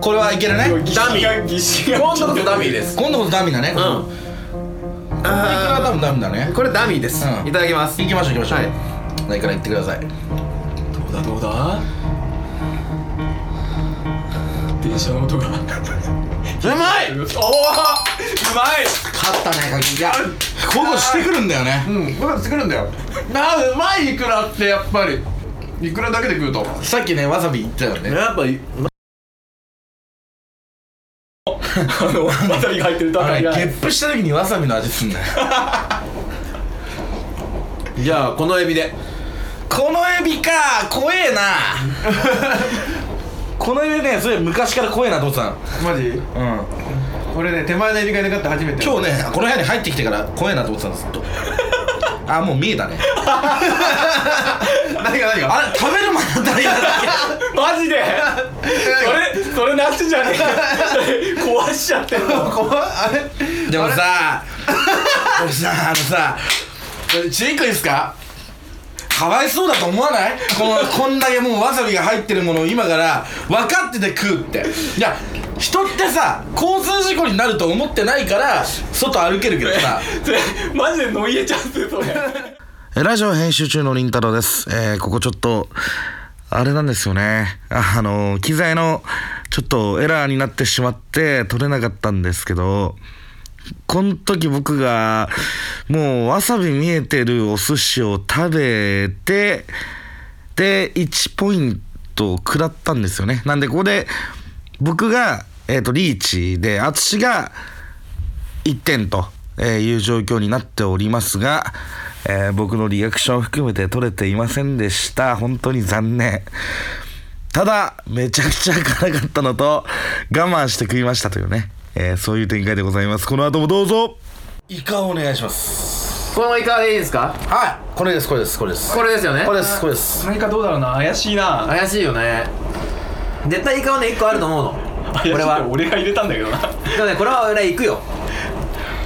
これはいけるね
ダミー
儀式が
今度こそダミーです
今度こそダミーだねこれこれいくらは多分ダミーだね
これダミーです、
うん
いただきます
行きましょう行きましょう
はい
ないから行ってください
どうだどうだ電車の音がうま
うまい
おおうま
勝ったね鍵が今度してくるんだよね
うんこれ作るんだよあーうまいいくらってやっぱりいくらだけで食うと
さっきねわさび言ってたよね
やっぱり
いあのわさびが入ってると
あ
赤
れ
い
ゲ
が
ップした時にわさびの味すんだよ
じゃあこのエビで
このエビか怖えな <laughs> このエビねそれ昔から怖えな父さん
マジ
うん
これね手前のエビがいなかった初めて
今日ねこの部屋に入ってきてから怖えなと思ってたんですずっとあもう見えたね
何が何が
あれ食べる前だったら嫌だ
マジでそれそれなしじゃねえか <laughs> 壊しちゃってんの
こあれ
でもさ俺さあのさちびっくりですかかわいそうだと思わないこのこんだけもうわさびが入ってるものを今から分かってて食うっていや人ってさ交通事故になると思ってないから外歩けるけどさ
それマジでノイエチャンスそれ
えーラジオ編集中のりんたろーです、えーここちょっと
あれなんですよね。ああの、機材のちょっとエラーになってしまって取れなかったんですけど、この時僕がもうわさび見えてるお寿司を食べて、で、1ポイントを食らったんですよね。なんでここで僕が、えっ、と、リーチで、淳が1点とえーいう状況になっておりますが、えー僕のリアクションを含めて取れていませんでした。本当に残念。ただ、めちゃくちゃ辛かったのと、我慢して食いましたというね、えーそういう展開でございます。この後もどうぞ
イカをお願いします
このイカでいいですか
はいこれですこれですこれです
これですよね
これですこれです
何かどうだろうな怪しいな
怪しいよね絶対イカはね1個あると思うの
怪しい
これ
って
は
俺が入れたんだけどな
でもねこれは俺行くよ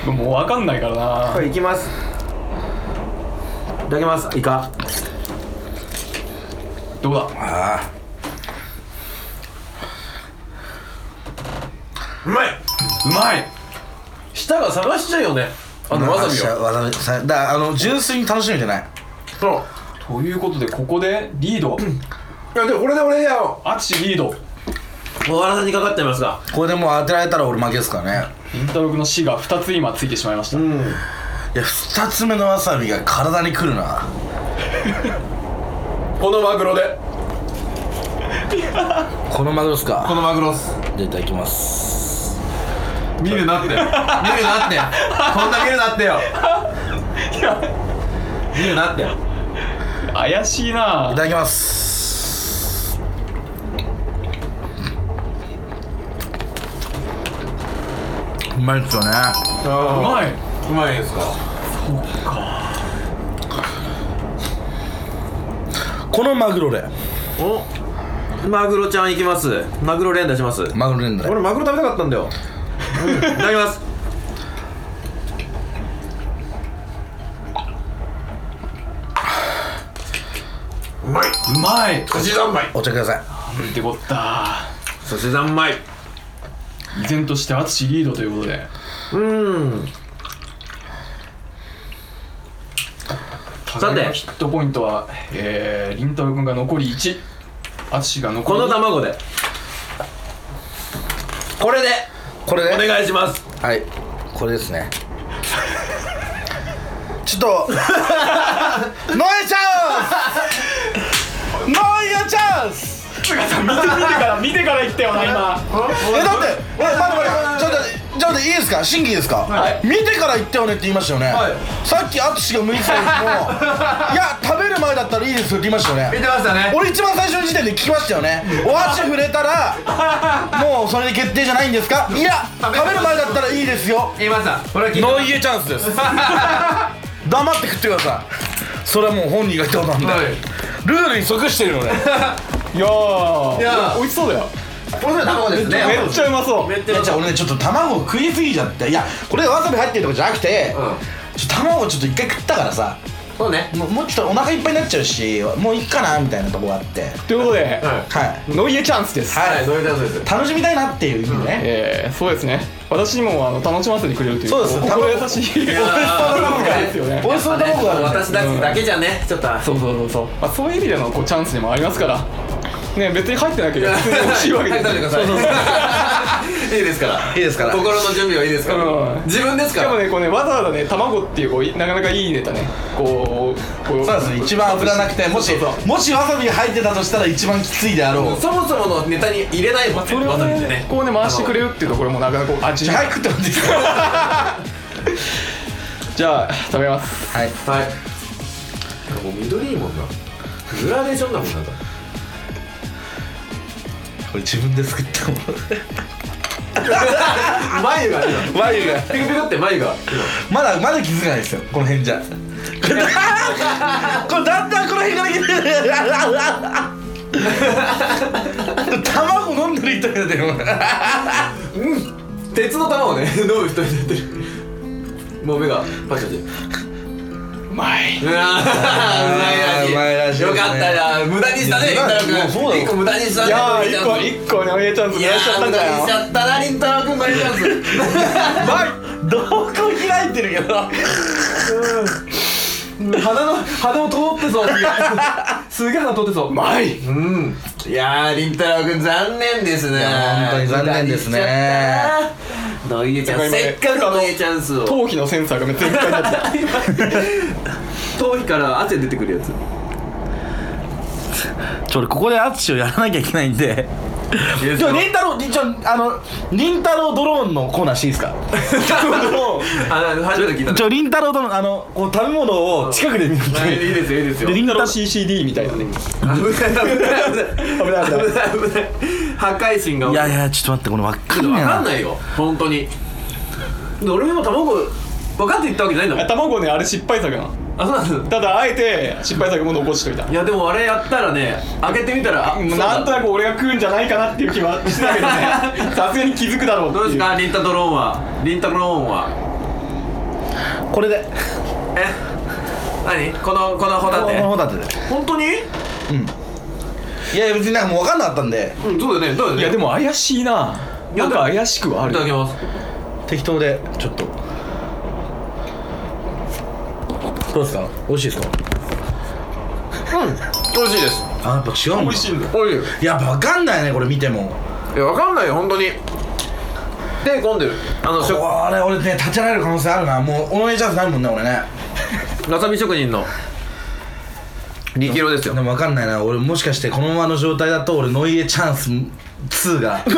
もう分かんないから
こ
な
れ行きますいただきますイカ
どうだ
あ
うまいう
まい
舌が探しちゃうよねあ
あ
のわさびを
わさびだからあの純粋に楽しみじゃない
そ
ということでここでリー <laughs>
う
ド
いやでもこれで俺だよ
淳リード
終わらさにかかってますが
これでもう当てられたら俺負けですからね
りんたろくの死が2つ今ついてしまいました、
いや2つ目のわさびが体にくるな
このマグロで
このマグロっす
こ
か
のマグロっす
じゃあいただきます
見るなって見るなってこんな見るなってよ見るなってよ
怪しい
い
な
ただきますうまいっすよね
うまいう
まいですか
このマグロで
おマグロちゃんいきますマグロ連打します
マグロ連打で
俺マグロ食べたかったんだよ、うん、いただきますうまいう
まい
寿司三昧
お茶ください
なんてこった
寿司三昧
依然として淳リードということで
うん
互いのヒットポイントはえー、りんたろくんが残り1淳が残
こ
り
の卵でこれで
これ
お
ね
願いします
はいこれですねちょっ <laughs> とノエチャンスノエがチャンス
見てから見てから言ったよな今
えだってえ待って待ってちょっとちょっと待っていいですか審議いいですか、見てから言ってよねって言いましたよね、さっき淳が向いてた時も <laughs> いや食べる前だったらいいですよって言いましたよ
見
ね
てましたね
俺一番最初の時点で聞きましたよねお箸触れた <laughs> らもうそれで決定じゃないんですかいや食べる前だったらいいですよ
言いましたこれは聞いて
ノーイエチャンスです黙って食ってくださいそれはもう本人が言ったことなんで、
はい
ルールに即してるのね
いやー
いやー
美味しそうだよ
<laughs> これ卵ですね
めっちゃうまそう
めっ
い
ちゃ
やじゃあ俺ねちょっと卵食いすぎちゃっていやこれわさび入ってるとかじゃなくて、ちょっと卵ちょっと一回食ったからさ
そうね
もうもうちょっとお腹いっぱいになっちゃうしもういっかなみたいなとこがあって
ということで、
はい
ノイエチャンスです、
はいどういうことです
楽しみたいなっていう意味でね、
えー、そうですね私にもあの楽しませてくれるという
そうです
お心優 <laughs> しいですよね
美味しそうな卵があるじゃん
私たちだけじゃねちょっと <laughs>
そうそうそうそう、まあ、そういう意味でのこうチャンスでもありますからね別に入ってなければ普通に美味しいわけです
はい食べてください
そうそうそう
いいですから
いいですから
心の準備はいいですから、
うん
自分です
し
か
からもねこうねわざわざね卵っていうこういなかなかいいネタねこうこう
そうです一番油なくてもし
そうそう
もしわさびが入ってたとしたら一番きついであろう、
そもそものネタに入れないもんね
それを
わさびって
ね
ね
こうね回してくれるっていうところもなかなかこう味
早く食ってもらっていいですか
じゃあ食べます
はい
はいなんかもう緑いもんなグラデーションだもんなんか
これ自分で作ったもの
眉が今
眉が
ピクピクって眉が
まだまだ気づかないですよ <laughs> この辺じゃこれだんだんこの辺から気づいて卵飲んでる人やでも
鉄の玉をね <laughs> 飲む人になってるもう目がパチパチ
うまいう
わ
う
ーうま
ま
い
い
ら
ら
し
し
い
い
よかったな無駄にしたねり
い
ん
や
たろ
いやそう
く
だ
ん
よ
一個無駄にしたね
いやー
りんたろ
一個
くん
一個ねおいチャンス
い
ね
や
しちゃっ
ー
たん
無
だ
駄に
よ
しちゃったなりんたろくんのりんたろ
どこ開いてるけど
くん
鼻の鼻を通って
<laughs>
そうすげえすげえ鼻通ってそうまいうん
いやー、りんたろうくん、残念ですね。
や本当に残念ですね
裏切っちゃった。のいえちゃん、せっかくのいえチャンスを。
頭皮のセンサーがめっちゃいっぱいになってる
頭皮から汗出てくるやつ。
ちょ俺ここで淳をやらなきゃいけないんでじゃありんたろうちょあのりんたろうドローンのコーナーしていいですか
あ、初めて聞いた。
ちょりんたろうとのあのこう食べ物を近くで見て
いいですよ、いいですよ。
でりんたろう
CCD みたいなね
危ない、危ない、危ない。危ない、危ない。破壊神が。
いやいやちょっと待ってこれ分かん
わ
ない
かん
な
ないよ、本当に。で俺も卵、分かって言ったわけじゃないんだもん。
卵ねあれ失敗作なの
あ、そうなんです。
ただあえて失敗作も残しといた
いやでもあれやったらね開けてみたらあ
もうなんとなく俺が食うんじゃないかなっていう気はしてたけどねさすがに気づくだろうって
どうで
い
す
う
かリンタドローンはリンタドローンは
これで
え何このこのホ
こ
タ
の
テ
ホタテで
本当に
いやいや別になんかもう分かんなかったんで
うんそうだよねそうだよね
いやでも怪しいななんか怪しくはあ
い
る
ただきます
適当でちょっとどうですか美味しいですか
美味しいです
あやっぱ違うん
美
だ
味しいんだ
美味しい
いや分かんないねこれ見ても
いやわかんないよ本当に手込んでるあのしょ
あれ俺ね立ち上がれる可能性あるなもうおのえチャンスないもんね俺ね
わさび職人の2キロです
で
よ
も分かんないな俺もしかしてこのままの状態だと俺ノイエチャンス2が <laughs>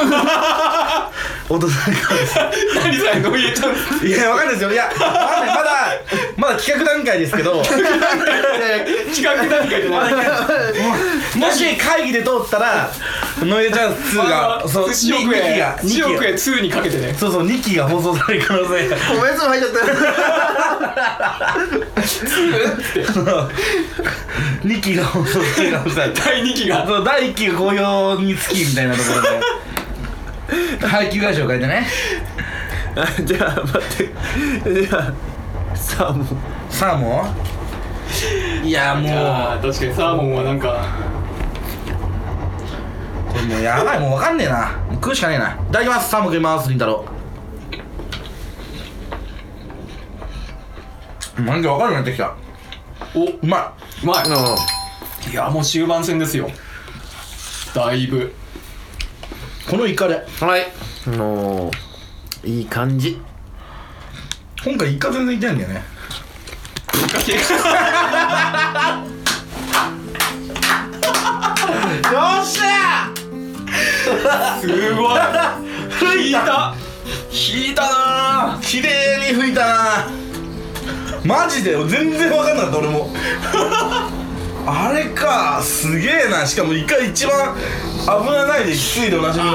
落とされるかもしれない
何さえノイエちゃん
いや、わかんないですよ。いや、わかんない。まだ、まだ企画段階ですけど、も
企画段階じゃない
し会議で通ったら、ノイエチャンス2が、そう、
寿司
2
億
期
円
が、
寿司億
2期
円2にかけてね
そうそう、2期が放送される可能性が。
おめでとう入っちゃったよ
2期が放送される可能性ある。
第2期が
そう第1期が好評につき、みたいなところで。配給会社を変えてね。
じゃあ待ってじゃあさあもう
サーモンいや、も
あ
う、
ー確かにサーモンはなんか
これもうやばい、もうわかんねえな。もう食うしかねえな。いただきます。サーモン食います、りんたろう。なんでわかるようになってきた。
お
うま
うまい
うん
いやもう終盤戦ですよだいぶ
い。このイカで。
はいもういい感じ
今回イカ全然痛いんだよね。
すごい引いた
引いたなぁ。綺麗に吹いたなぁ。マジで全然わかんなかった俺も。あれかすげえなしかもイカ一番危なないできついでおなじみの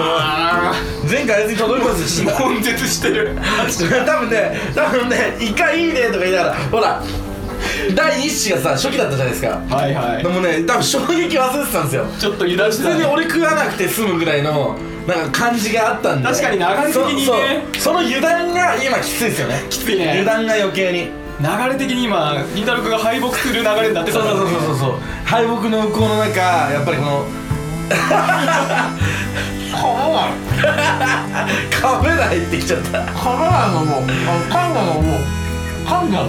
前回あいつに届きますし
悶絶してる
<laughs> 多分ね多分ね「イカいいね」とか言いながらほら第一子がさ初期だったじゃないですか
はいは
で
い
もね多分衝撃忘れてたんですよ
ちょっと油断し
普
て
通に
た
俺食わなくて済むぐらいのなんか感じがあったんで
確かに流れ的にね
そうそうその油断が今きついですよねき
ついね
油断が余計に
流れ的に今りんたろくが敗北する流れになってた
そう
から
そうそうそうそう敗北の向こうの中やっぱりこの <laughs> カメラ入ってきちゃった
カメラのもうカンガのもうカンガの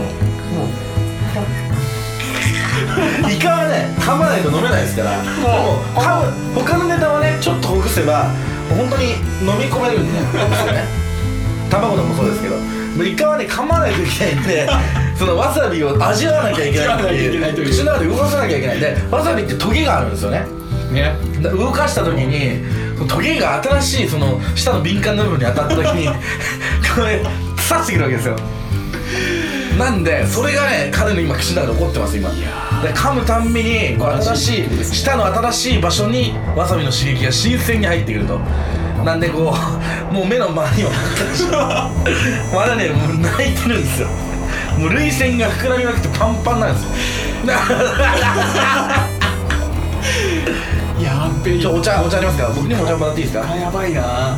イカはね噛まないと飲めないですからもう噛む他のネタはねちょっとほぐせば本当に飲み込め
<laughs>
るんでね卵でもそうですけどイカはね噛まないといけないんでそのわさびを味わわなきゃいけないって
味わわなきゃいけないと
い
いうう
口の中で動かさなきゃいけないんでわさびってトゲがあるんですよね
ね
だ動かした時にそのトゲが新しいその舌の敏感な部分に当たった時にこれ刺してくるわけですよなんでそれがね彼の今口の中で起こってます今で噛むたんびにこう新しい舌の新しい場所にわさびの刺激が新鮮に入ってくるとなんでこうもう目の周りをまだねもう泣いてるんですよもう涙腺が膨らみまくってパンパンなんですよ <laughs> だから
やっべえ
ちょお茶お茶ありますか僕にもお茶もらっていいですか
あやばいな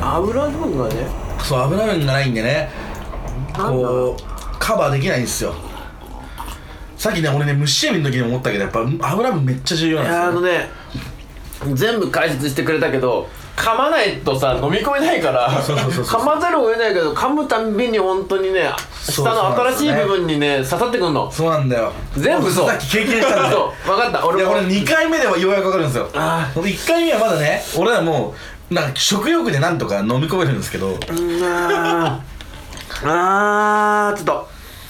油分がね
そう危ないのがないんでねこうカバーできないんですよさっきね俺ね虫エビの時に思ったけどやっぱ油分めっちゃ重要
いやあ
なん
の
で
ね全部解説してくれたけど噛まないとさ飲み込めないから噛まざるを得ないけど噛むたんびに本当にね
そう
下の新しい部分にね刺さってくんの
そうなんだよ
全部そう
さっき経験したんだよ
そう分かった
い
俺
や
も
これ2回目ではようやくわかるんですよ
あ
1回目はまだね俺はもうなんか食欲でなんとか飲み込めるんですけど
うーんあーあーちょっと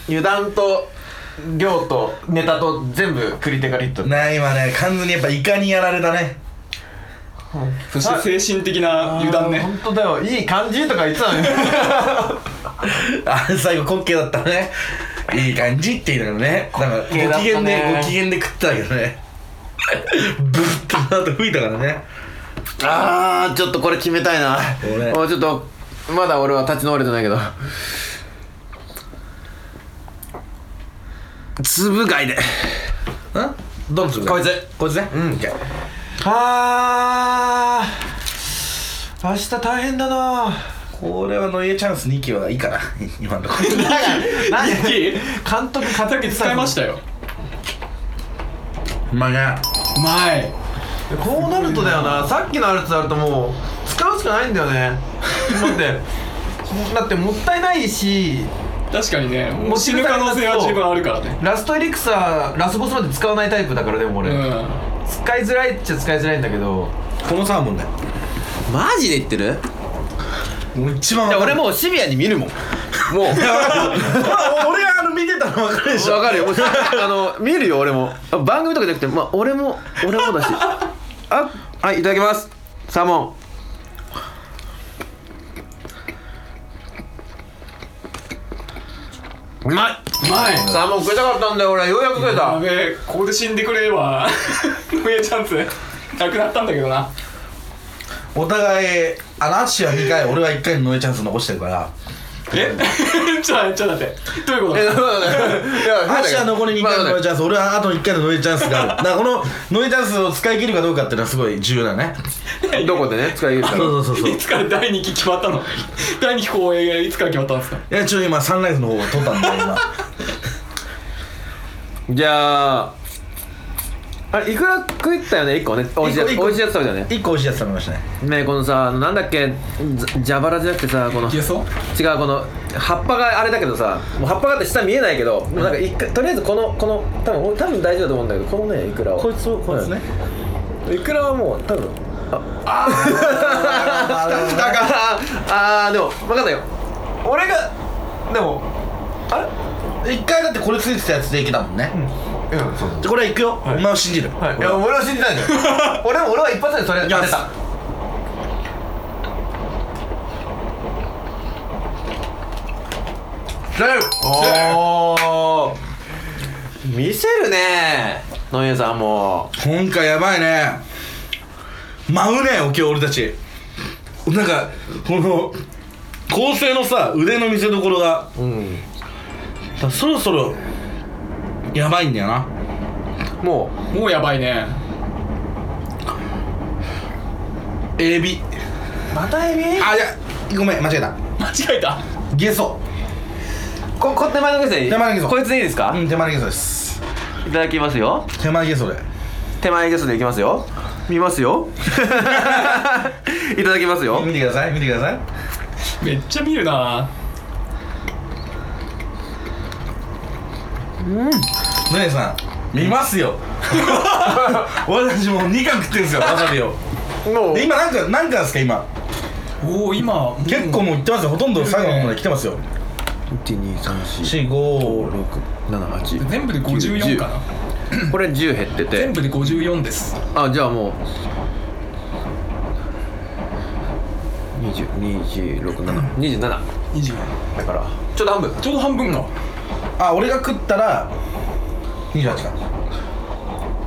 油断と量とネタと全部クリテカリット
な今ね完全にやっぱイカにやられたね
そして精神的な油断ね
本当だよいい感じとか言ってたのに
あれ最後滑稽だったねいい感じって言いながらねなんか
滑稽だ
ご
っ
機嫌
たね
でご機嫌で食ってたけどねブッとなって吹いたからね
ああちょっとこれ決めたいな
俺
もうちょっとまだ俺は立ち直れてないけど
つぶ貝で
んどうもするこいつこいつねうん
あー明日大変だな
これはノイエチャンス2期はいいから今のところ
何
いい
監督片手
使いましたよ
<laughs> まあね
前
こうなるとだよなさっきのあるとなるともう使うしかないんだよねだってだってもったいないし
確かにねも
も
う
う
死ぬ可能性は十分あるからね
ラストエリクサーラスボスまで使わないタイプだからでも
う
俺、
ん
使いづらいっちゃ使いづらいんだけど
このサーモンだよ
マジで言ってる
もう一番
いや
わか
俺
る
もうシビアに見るもんも
あ俺があの見てたの分かるでしょ
<laughs> わかるよあの見るよ俺も
番組とかじゃなくてまあ俺も俺もだしあはいいただきます
サーモ
うまい
前
ンサーモン食いたかったんだよ俺ようやく食え
や
た
べえここで死んでくれれ <laughs> ばノイエチャンスなくなったんだけどな
お互いあのアッシーは2回俺は1回のノイエチャンス残してるから
え <laughs> ちょっとちょっと待ってどういうこと
え
だ
だ <laughs> からいや
アッシーは残り2回のノイエチャンス俺はあと1回のノイエチャンスがあ <laughs> るだからこのノイエチャンスを使い切るかどうかっていうのはすごい重要だね
どこでね使い切る
そ
か
うそうそうそう
いつから第2期決まったの第2期公演がいつから決まったんですか
いやちょっと今サンライズの方を撮ったんだよ今
じゃああれいくら食ったよね1個ねおいしいや
<laughs>
つ
一個
おいしいやつ食べたよね
1個美味しいやつ食べましたね
ねこのさなんだっけじゃばらじゃなくてさこの
いけそう
違うこの葉っぱがあれだけどさもう葉っぱがあって下見えないけどもうなんか一回とりあえずこのこの多分俺多分大丈夫だと思うんだけどこのねいくらを
いつをこいつね
いくらはもう多分
あー
だからあーでも分かんないよ俺がでも
1回だってこれついてたやつでいけたもんね
うんそう
じゃあこれはいくよお前を信じる
いや俺は信じないんだよ俺俺は一発でそれ当てたおお見せるね野家さんも
今回やばいね舞うね今日俺たちなんかこの構成のさ腕の見せ所が、だからそろそろやばいんだよな
も
もうやばいね
エビ
うまたエビ
あいやごめん間違えた
間違えた
ゲソ
ここ手前のゲソでいい
手前のゲソ
こいつでいいですか、
うん手前のゲソです
いただきますよ
手前のゲソで
手前ゲソでいきますよ見ますよいただきますよ
見てください見てください
めっちゃ見るな
ねえさん見ます
<laughs>
よ俺たちもう2貫食ってるんですよわさびを
もう
で今なんか何貫ですか今
おお今
結構もういってますよほとんど最後の方まで来てますよ456
1234567
全部で54かな
これ10減ってて
全部で54です
あじゃあもう20262727
24
だからちょっと半分
ちょうど半分か
あ俺が食ったら28か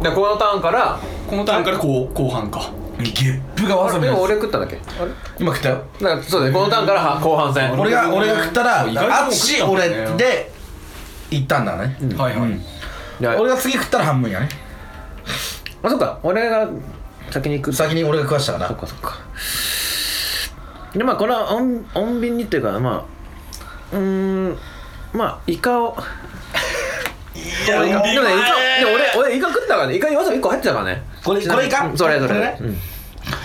でこのターンから
このターンから後後半か
ゲップがわさび
で
の
も
や
俺食ったんだっけあれ
つ今食ったよ
だからそうだねこのターンからは後半戦
俺が俺が食ったら
意外ともう
あっ
食っ
ち
たもんね
俺で行ったんだね
はいはい、
じゃあ
俺が次食ったら半分やね
あそっか俺が先に行く
先に俺が食わしたから
そっかそっかでまあこれは穏穏便にっていうかまあうーんまあイカをいやでもねイカでも俺俺イカ食ったからねイカにわさび1個入ってたからね
これこれイカ
うんそれそれ
これね
うん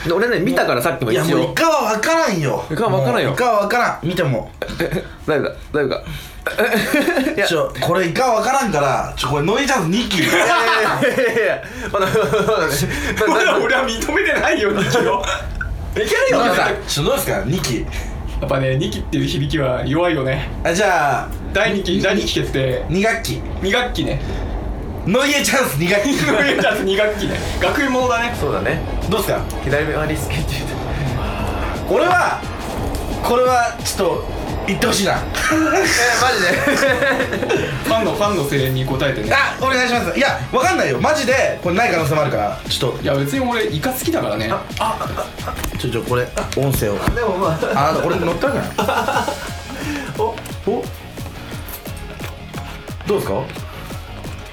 で俺ね見たからさっきも
い
一
やもうイ
応 <laughs>
カは分からんよ
イカは分からんよ
もうイカは分からん見ても
大丈夫か大丈夫
<laughs>
かいや
ちょこれイカは分からんからちょこれノイジャズ2級 <laughs>
いやいやいやまだまだまだま
<laughs>
だ
俺は認めてないよ2期をいけるよ
ノイジ
絶対
ャズちょどうですか2期
やっぱね2期っていう響きは弱いよね
あじゃあ
第2期第2期決定
2学期
2学
<laughs>
期ね
ノイエチャンス2学期
とりあえず2学期ね学院ものだね
そうだね
どうですか
左目はリスケって
俺はこれはちょっと言ってほしいな
マジで <laughs>
ファンのファンの声援に応えてね
あお願いしますいや分かんないよマジでこれない可能性もあるからちょっ
いや別に俺イカ好きだからね
とちょちょこれ音声を
でもまあ
あなたこれ乗ったんじゃない
どうですか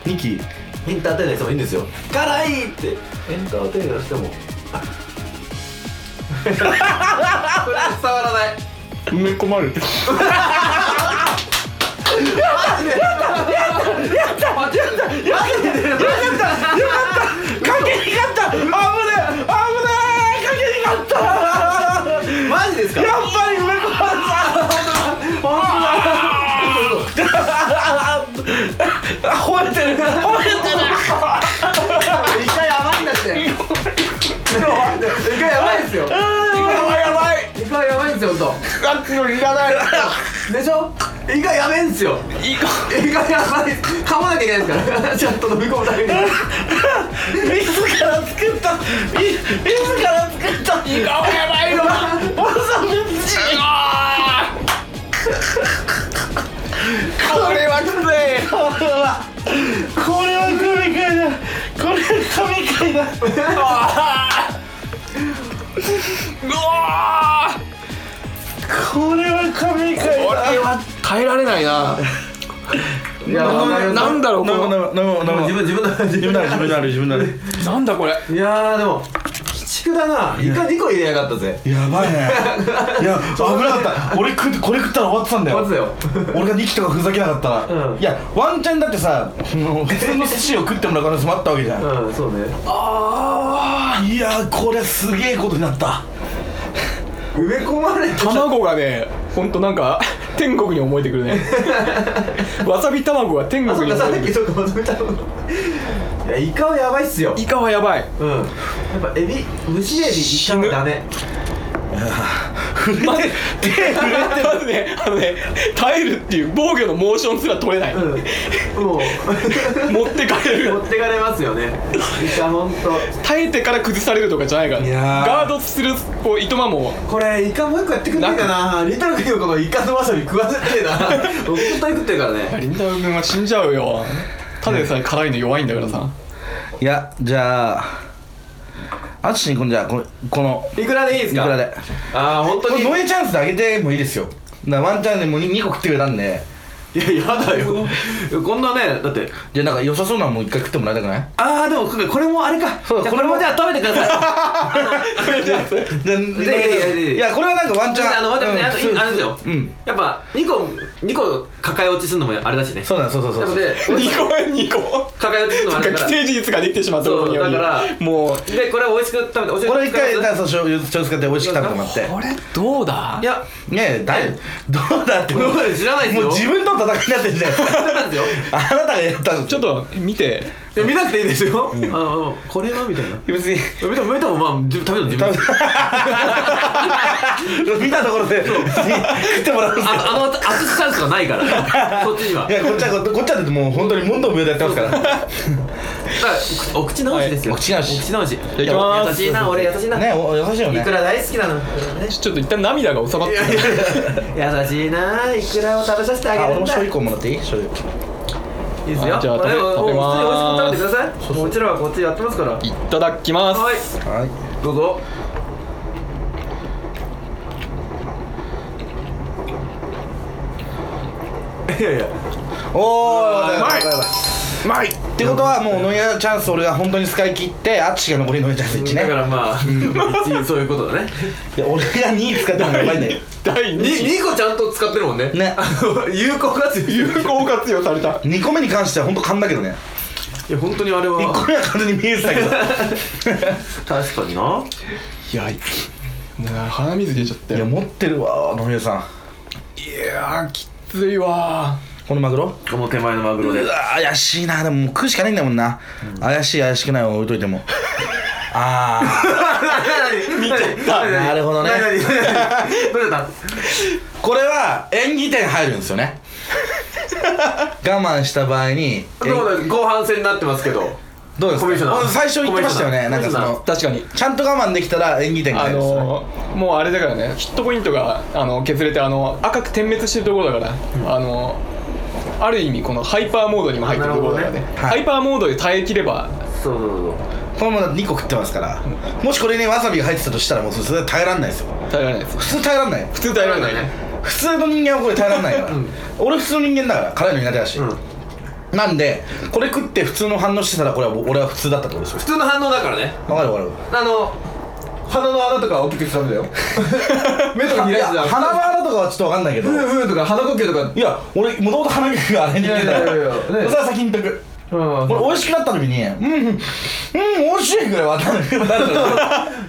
2期
エンターテイナーしてもいいんですよ辛いってエンターテイナー <laughs> してもこれは伝わらない
埋め込まれて
マジですかやっぱり上子さん本当だ褒めてる褒めてるイカやばいんだってイカやばいですよイカやばいイカやばいんですよ本当ガッツのいらないでしょイカやべえんすよイカイカやばい噛まなきゃいけないですからちゃんと飲み込むために
自ら作ったい自ら作ったイカはやばいのわさび寿司これはきついこれはこれは神回だこれは神回だこれは神回だ
耐えられないない
や
なんだろうこの
飲む飲む飲む <laughs>
自分自分の自
自分なる自分なる自分なる
なんだこれ
いやーでも鬼畜だなイカ2個入れやがったぜ
やばいねい
<laughs>
や危なかった俺食ってこれ食ったら終わってたんだよ
まずだよ
俺が2期とかふざけなかったら、
うん
いやワンチャンだってさもう普通の寿司を食ってもらう可能性もあったわけじゃん、
うんそうね
あーいやーこれすげえことになった
埋め込まれ <laughs> た
卵がねほんとなんか天国に思えてくるねわさび卵が天
そ
国
っ
に
か
思
さ
え
ってき
くる
とかまとめたのいやイカはやばいっすよ
イカはやばい
うんやっぱエビ虫エビイカはダメ
<laughs> まず手震えてまずねあのね耐えるっていう防御のモーションすら取れない、
うんもう
持ってかれ
持
る
ってかれますよねイカほんと
耐えてから崩されるとかじゃないから
いやー
ガードするこういとまも
これイカもう一個やってくんねえかな
<laughs>
リタル君のこのイカのわさび食わせてえな僕絶対食ってるからね
リンダウ君は死んじゃうよただでさえ辛いの弱いんだからさ
いやじゃあ淳君じゃあこのこの
いくらでいいです
い
か
くらで
ああ本
こ
当に
れノエチャンスであげてもいいですよなワンチャンでもう 2, 個食ってくれたんで
いややだよこんなねだって
じゃあなんか良さそうなのも1回食ってもらいたくない
ああでもこれこれもあれか
そう
じゃあ
こ
こ
れ
れ
も
もじゃあ食べてくだ
<laughs>
さい
じゃあい
いやいやいやいや
やこれはなんかワンチャン
あの待って
うん
待ってあのあれですよ
うん
やっぱ2個2個抱え落ちするのもあれだしね
そうだそうそうそう
なの
<laughs>
で
2個2個
抱え落ちするのもあれだか
既
ら
成事実ができてしまったことにより
そうだから
もう
でこれは美味しく食べて美味しく
これ一回
食
だか
べて
らそう醤油醤油使って美味しく食べてもらって
これどうだ
いや
ねえだいどうだっても
どうだ知らないですよ
もう自分との戦いになってんだよ
そうなんですよ
あなたがやったんです
ちょっと見て
いや見なくていいですよ、あのこれはみたいな
別に
見たも見たもまあ自分食べるの自分です
見たところで食ってもらうんですよ
ああのあと熱くチャンスがないからそっちにはい
やこっちはこっちはだってもう本当に問答無用でやってますから
だからお口直しですよ、
はいお口直し
お口直し
いただきます
優しいな俺優しいな、
ねお優しいよ
い
ね
くら大好きなの、
ちょっと一旦涙が収まってる
優しいないくらを食べさせてあげ
あ
る
俺
ん
も
だ
醤油
い
一個もらっていい醤油
いですよ
あじゃあ
までも
食べ
もう
食
普通
べます
に美味しく食べてくださいもううちらはこっちやってますからはい
ただきます
い
はい
どうぞいやいや
おー
うまいう
まいってことはもうノイアチャンス俺が本当に使い切ってあっちが残りノイアチャンス1ね
だからまあ一 <laughs> そういうことだね
いや俺が2使ってもやばいんだよ
第
に
2
2個ちゃんと使ってるもんね
ね
あの <laughs> 有効活用
有効活用された
2個目に関しては本当勘だけどね
いや本当にあれ
<laughs>
は
1個目は完全に見えてたけど
確かにな
いやもう鼻水出ちゃった
いや
よ
持ってるわ野宮さん
いやーきついわ
このマグロ
この手前のマグロ
う
で <laughs>
わ怪しいなでももう食うしかないんだもんな、怪しい怪しくないを置いといても <laughs> ああなるほどね
どれだっ
これは演技点入るんですよ <laughs> ね我慢した場合に
たということで後半戦になってますけど
どうです
コミッショナー
か最初言ってましたよね
コ
な
ミッ
ん
シ
か
ョナー
その
確かに
ちゃんと我慢できたら演技点が
あ
入るんですよね
のーもうあれだからねヒットポイントがあの削れてあの赤く点滅してるところだから、あのーある意味このハイパーモードにも入ってるところだからね
なる
ほどね
ハイパーモードで耐えきれば
そうそうそう
このまま2個食ってますから、もしこれにわさびが入ってたとしたらもうそれ耐えらんないですよ
耐えられないです
普通耐えらんないよ
普通耐えられないね
普通の人間はこれ耐えらんないから、俺普通の人間だから辛いの苦手だし、なんでこれ食って普通の反応してたらこれは俺は普通だったってことですよ
普通の反応だからね
わかるわかる
あの鼻の穴とか大きくしてダメだよ <laughs> 目とか開
い
いて
や
たら
鼻の穴とかはちょっとわかんないけど
ふんふんとか鼻呼吸とか
いや俺もともと鼻毛があれに似てたから
いやいやいやいやね
それは先に言っとく
うん
これ美味しくなった時にうんうんうん美味しいぐらいわか
<laughs>
るなるから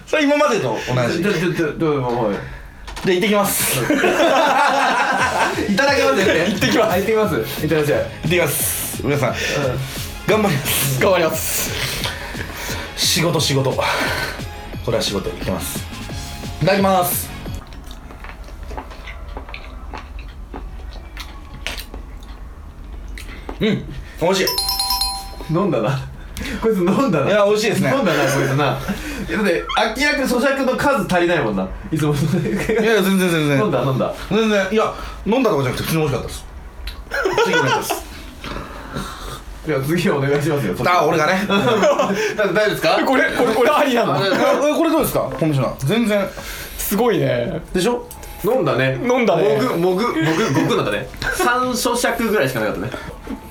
それ今までと同じ
ちょちょちょどうもはい
で行ってきます行
いただきますね行ってきます行ってきますいただきます
ってきます皆さん頑張ります頑張ります仕事仕事これは仕事行きますいただきますうん美味しい
飲んだなこいつ飲んだ
い
ない
や美味しいですね
飲んだなこいつないやだって明らかに咀嚼の数足りないもんない <laughs> つもそれ
いやいや全然全然
飲んだ飲んだ
全然いや飲んだとかじゃなくて普通に美味しか <laughs> ったです普通に美味しかったです
いや次お願いしますよそれ
あ俺が <laughs> ね
だって大丈夫ですか
これこれこれありなの
えこれどうですかコミッショナー全然
すごいね
でしょ
飲んだね
飲んだね
もぐもぐもぐごくんだったね <laughs> 三咀嚼ぐらいしかなかったね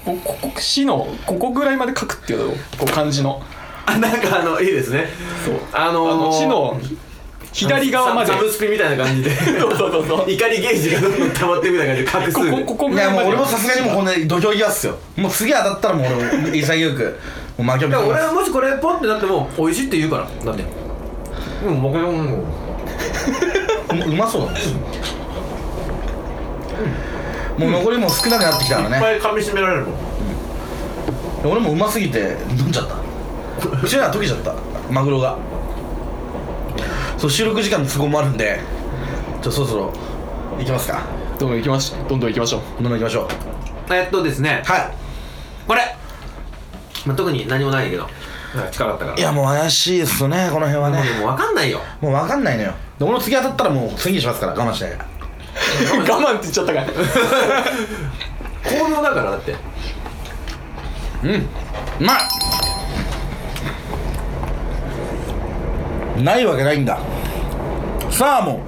こここ死のここぐらいまで書くっていうのこう漢字の
あなんかあのいいですね
そう
あ
あ
の
の死の左側まで
ザザブ
こ
スピみたいな感じで
そうそうそう
怒りゲージがどんどん溜まってみたいな感じで画数
こここ
い
ぐら
や
い
も
ま
う
で
俺もさすがにもうこんな土俵際っすよもう次当たったらもう俺潔くもう負けを認
いや
めま
俺
す
はもしこれポンってなっても美味しいって言うからだってうんもうもう
ううまそうだねもう残りも少なくなってきたから
いっ
ね
ぱい噛み締められるもん
俺もうますぎて飲んじゃったうちらは溶けちゃったマグロがそう収録時間の都合もあるんでじゃあそろそろ行きますか
どんどん行きましょうどんどん行きましょう
どんどん行きましょう
えっとですね
は
これ、まあ、特に何もないけどなんか力あったから
いいやもう怪しいですよねこの辺はね
もうもう分かんないよ
もう分かんないのよで俺の次当たったらもう次にしますから我慢しないから
我慢って言っちゃっ
<laughs>
たから
巧妙だからだって
うまいないわけないんだサーモ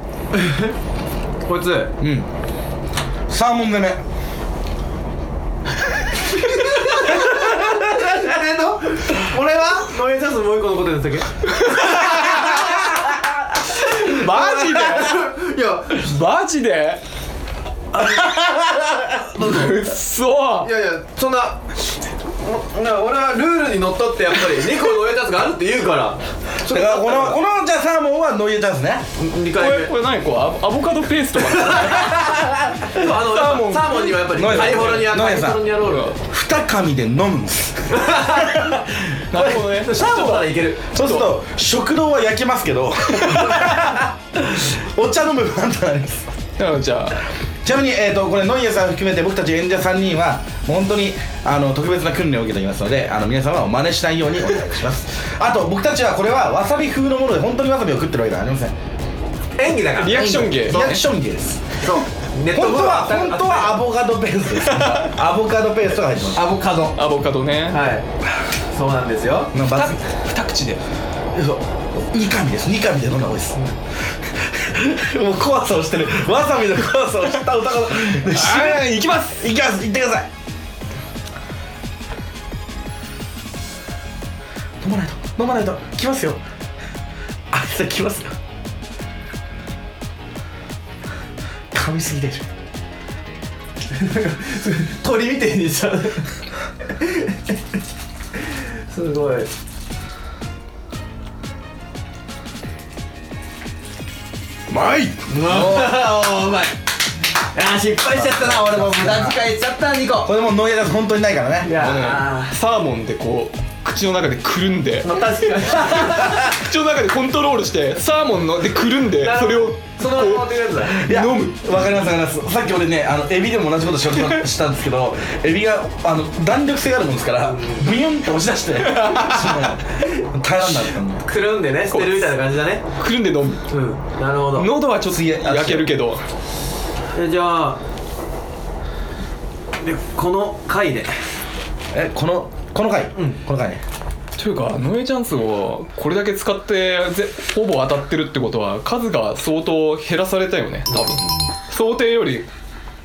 こいつ
ンうんサーモン攻め
誰の俺はノイズャスもう一個のことですだけ
マジ
い
で
や
マジでうっそ
いやいやそんなおな俺はルールにのっとってやっぱり2個のノイズャスがあるって言うか
だ
ら
からこのこのじゃあサーモンはノイエタですね
2
こ
回
れ
目
これ何こうアアボカドペーストか
そうあの
サーモン
サーモンにはやっぱり
ノイズ
カリフォルニア
ノイズ
カリフォルニアロール
二噛みで飲むんです
なるほどね
サーモンならいける
そうすると食堂は焼けますけ <laughs> どお茶飲む分あんたないです
なのじゃあ
ちなみに、えー、とこれノイエさん含めて僕たち演者3人はもう本当にあの特別な訓練を受けていますのであの皆様は真似しないようにお願いしますあと僕たちはこれはわさび風のもので本当にわさびを食ってるわけではありません
演技だから
リアクション芸
リアクション芸です
そうネット
本当
ブログ
は本当はアボカドペーストです <laughs> アボカドペーストが入ってます
アボカド
アボカドね
はいそうなんですよ
なんかバス
二口で
そう二神です二神で飲んだ方がいいです <laughs> もう怖さをしてるわさびの怖さを知った歌子
はい行きます
行きます行ってください飲まないと飲まないと来ますよあいつ来ますよ噛みすぎてる
鳥みてえにしちゃうすごい
まい
おおうまいあー失敗しちゃったな俺も無駄遣いしちゃった2個
これもノイアス本当にないから
い
ね
や
サーモンでこう口の中でくるんで
ーまあ確かに
口の中でコントロールしてサーモンのでくるんでそれを
そのまま持ってくやつだ
いや
飲む
わかりますわかりますさっき俺ねあのエビでも同じことしようとしたんですけどエビがあの弾力性があるもんですからブヨンって押し出
<laughs>
してそう耐えらんなかったもん
くるんでね捨てるみたいな感じだね
くるんで飲む
うんなるほど
喉はちょっと焼けるけど
えじゃあでこの回で
えこのこの回、この回ね
というかノエチャンスをこれだけ使ってぜほぼ当たってるってことは数が相当減らされたよね多分想定より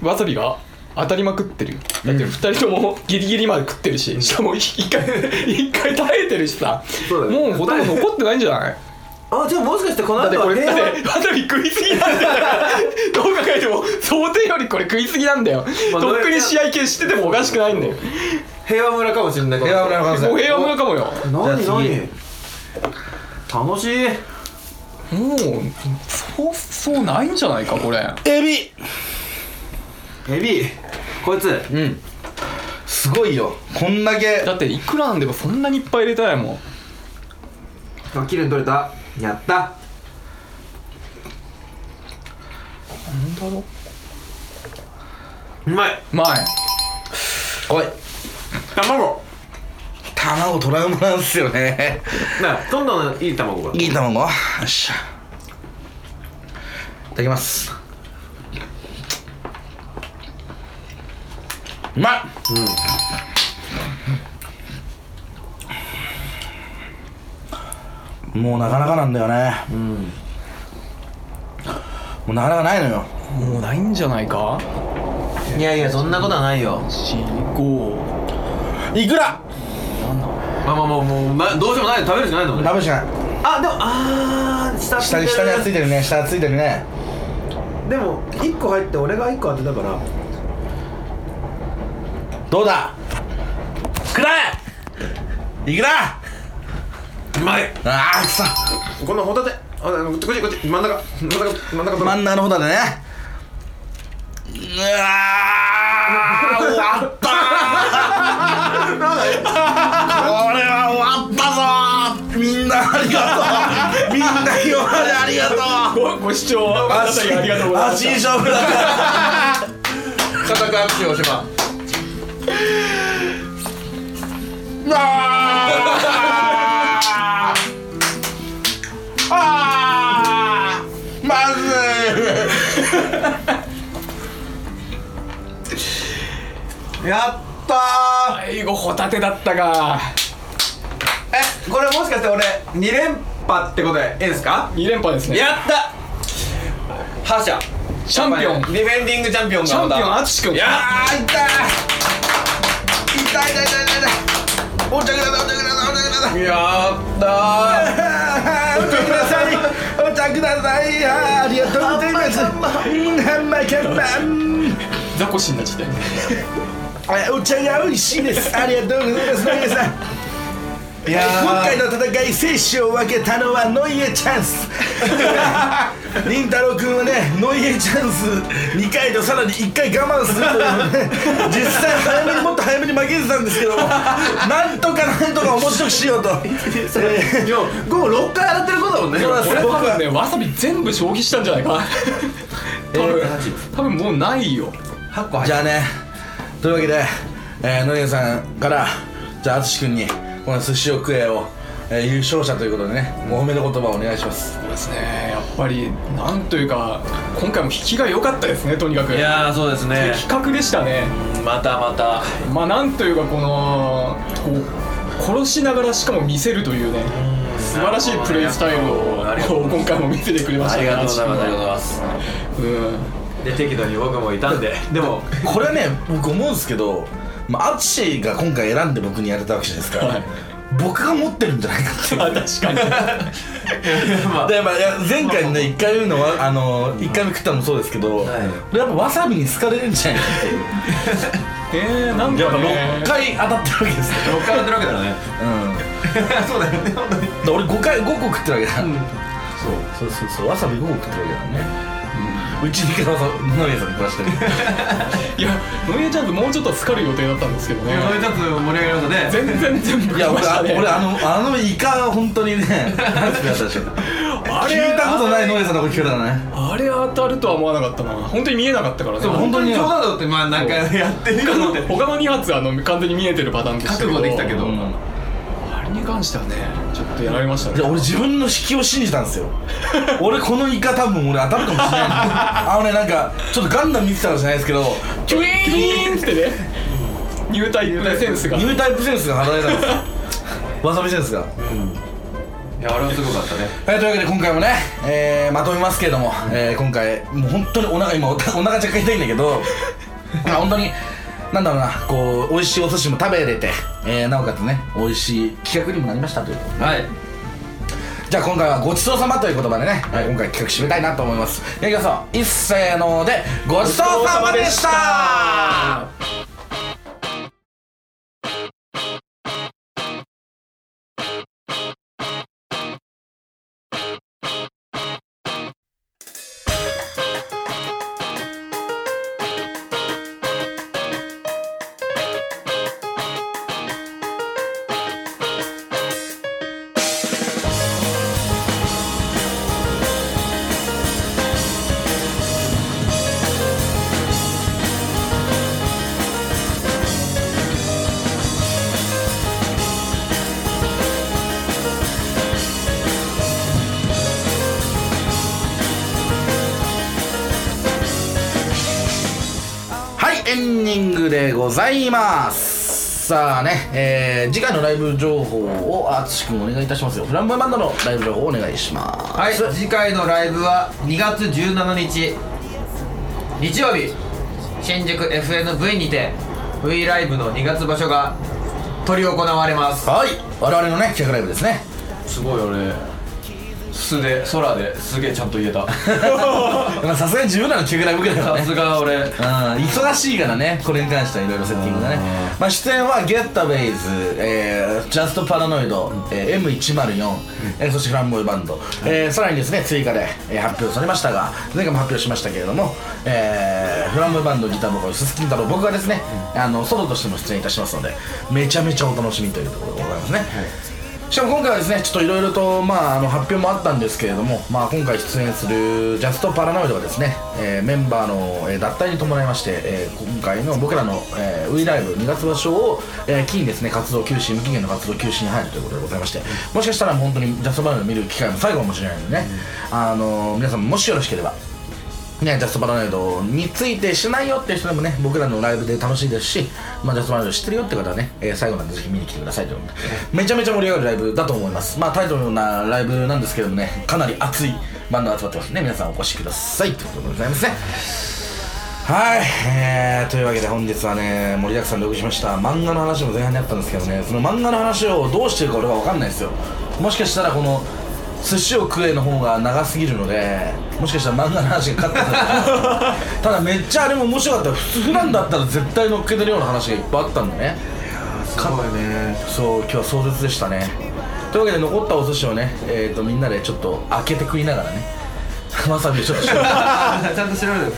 わさびが当たりまくってるよだって2人ともギリギリまで食ってるし、しかも1回 <laughs> 一回耐えてるしさ
そうだね
もうほとんど残ってないんじゃ <laughs> ない
あじゃあもしかしてこの
だって
後
こ
は
れ
平
だ
和
ってわさび食いすぎなんだから <laughs> どう考えても想定よりこれ食いすぎなんだよ、
まあ
とっくに試合決しててもおかしくないんだよ
平和村かもしれない
平和村の可能性
もう平和村かもよ
何
じゃあ次
何楽しい
もうそうそうないんじゃないかこれ
エビ
エビこいつ
うんすごいよこんだけ
だっていくらなんでもそんなにいっぱい入れたいもん
あ綺麗に取れたやった
何だろう
うまい
まい
おい
卵
卵トラウマなんすよね
なあどんどんいい卵が
いい卵よっしゃいただきますうまっもうなかなかなんだよねうんもうなかなかないのよ
もうないんじゃないか
いやいやそんなことはないよ
45
いくら
まあまあまあもう、ま、どうしようもない食べるしかないのね
食べしかない
あでもあー下
下に下にはついてるね下はついてるね
でも1個入って俺が1個当てたから
どうだくらえいくら
うまい
ああくそ
このホタテあこっちこっちこっち真ん中真ん中真ん中
真ん中の方だねうわー終わったーこれは終わったぞーみんなありがとうみんな今までありがとう
ごご視聴あありがとうございま
足勝負だった
固く握手をしま
あーまず
すやったー
最後ホタテだったか
えこれもしかして俺2連覇ってことでいいですか
2連覇ですね
やった覇者
チャンピオン
ディフェンディングチャンピオンが
チャンピオン
ま
淳君
や
あー痛い痛い痛い痛い痛いお茶くださいお茶くださいお茶くださいお茶くださいお
たやったー
茶くださいあーありがとうございますうんハンマーカンマン
ザコシになっちゃったよ
あお茶が美味しい
<laughs>
ですありがとうございます皆さん
いやー
今回の戦い生死を分けたのはノイエチャン
<laughs>
ス凛太郎君はねノイエチャンス2回とさらに1回我慢すると
<laughs>
いうね実際早めにもっと早めに負けてたんですけどもなんとかなんとか面白くしよう
<laughs>
と、えー
いやゴー6回洗ってることだもんね
そうです
俺
僕
多
は
分ねわさび全部消費したんじゃないか多分多分もうないよ
8個入
じ
っ
ゃあねというわけで、えー、ノリエさんからじゃあ淳君にこの寿司を食えを、えー優勝者ということでねお褒めの言葉をお願いします
そうですねやっぱりなんというか今回も引きが良かったですねとにかく
いやーそうですね
的確でしたね
またまた
まあなんというかこのこう殺しながらしかも見せるというね素晴らしいプレイスタイルを
ありがとうございます
今回も見せてくれました
あり
ね
がとうございますありがとうございます
うん
で適度に僕もいたんででも
これはね僕思うんですけどまあ淳が今回選んで僕にやれたわけじゃないですか、
はい
僕が持ってるんじゃないかっていう
あ確かに
<laughs> まあ
でやっぱいや前回ね1回目のわあの1回目食ったのもそうですけど、
はい
俺やっぱわさびに好かれるんじゃないかっていう
えー、なん
やっぱ
かね
6回当たってるわけですよ、
6回洗ってるわけだね
うん、
<laughs> そうだよね本当に
で俺5回5個食ってるわけだ、そうそうそうわさび5個食ってるわけだからねうちにからさ野宮さんに食わしてる
いやノイエチャンスもうちょっと好かる予定だったんですけどね
ノイちゃんと盛り上がりましたね
全然全部
いや
食いま
俺
し
あ
たね
俺あのあのイカ本当にね大好きだったで <laughs> しょ
あれ
聞いたことない野宮さんの声聞こえたね
あれ当たるとは思わなかったな本当に見えなかったからね
そう
本当に冗談だってまあなんか
そ
やってるの
他の
って
他の2発はあの完全に見えてるパターンでしたけ
覚
ど
悟できたけど
うん
あれに関してはねちょっとやられました
いや
ね
俺自分の引きを信じたん <laughs> ですよ俺このイカ多分俺当たるかもしれないあのねなんかちょっとガンダム見てたかもしれないですけど
キュイーンってねニュータイプセンスが
ニュータイプセンスが働いたん <laughs> ですよわさびセンスが
いやあれはすごかったね
はい、というわけで今回もね、えー、まとめますけれども、えー、今回もう本当にお腹今お腹お腹若干痛いんだけど <laughs> まあ本当になんだろうなこう美味しいお寿司も食べれて、えー、なおかつね美味しい企画にもなりましたということで
はい
じゃあ今回はごちそうさまという言葉でね、はい、今回企画締めたいなと思いますやりましょういっせーのでごちそうさまでしたはいエンディングでございますさあね、えー、次回のライブ情報を淳君お願いいたしますよフランボイバンドのライブ情報をお願いします
はい次回のライブは2月17日日曜日新宿 FNV にて V ライブの2月場所が執り行われます
はい我々のね企画ライブですね
すごい俺素で空ですげえちゃんと言え <laughs>
ま
た
あさすがに自分らの企画ライブぐらいだから
さ
ね
すが俺
うん、忙しいからねこれに関してはいろいろセッティングがね、まあ、出演はゲッタベイズ、えー、ジャストパラノイド、えー M104、えーそしてフランボイバンド、えーさらにですね追加で、えー発表されましたが前回も発表しましたけれども、えーフランボイバンドギターボーカル鈴木金太郎僕がですね、あのソロとしても出演いたしますのでめちゃめちゃお楽しみというところでございますね、しかも今回はですねちょっといろいろと、まあ、あの発表もあったんですけれども、まあ、今回出演するジャストパラノイドはですね、えーメンバーの、えー脱退に伴いまして、えー今回の僕らの、えー、ウイライブ2月場所を、えー機にですね活動休止無期限の活動休止に入るということでございましてもしかしたら本当にジャストパラノイド見る機会も最後かもしれないのでね、あのー皆さんもしよろしければね、ジャストパラノイドについてしないよっていう人でもね僕らのライブで楽しいですし、まあ、ジャストパラノイド知ってるよって方はね、えー最後なんでぜひ見に来てくださいということでめちゃめちゃ盛り上がるライブだと思いますまあタイトルのようなライブなんですけどもねかなり熱いバンドが集まってますね皆さんお越しくださいということでございますねはい、えー、というわけで本日はね盛りだくさんでお送りしました漫画の話も前半にあったんですけどねその漫画の話をどうしてるか俺は分かんないですよもしかしたらこの寿司を食えの方が長すぎるのでもしかしたら漫画の話が勝ってたただめっちゃあれも面白かった普普段だったら絶対乗っけてるような話がいっぱいあったんだね
すごい <laughs> ね
そう今日は壮絶でしたねというわけで残ったお寿司をね、えー、とみんなでちょっと開けて食いながらね <laughs> わさびをちょっと
ちゃんと調べる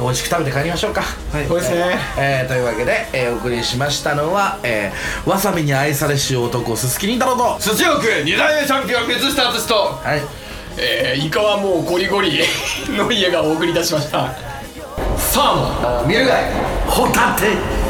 美味しく食べて帰りましょうか
はい
そうですね
えーというわけで、えーお送りしましたのは、えーわさびに愛されし男すすきりん太郎と
寿司奥2代目チャンピオン靴下淳と
はい
えー、イカはもうゴリゴリの家がお送りいたしましたサーモン
ホタテ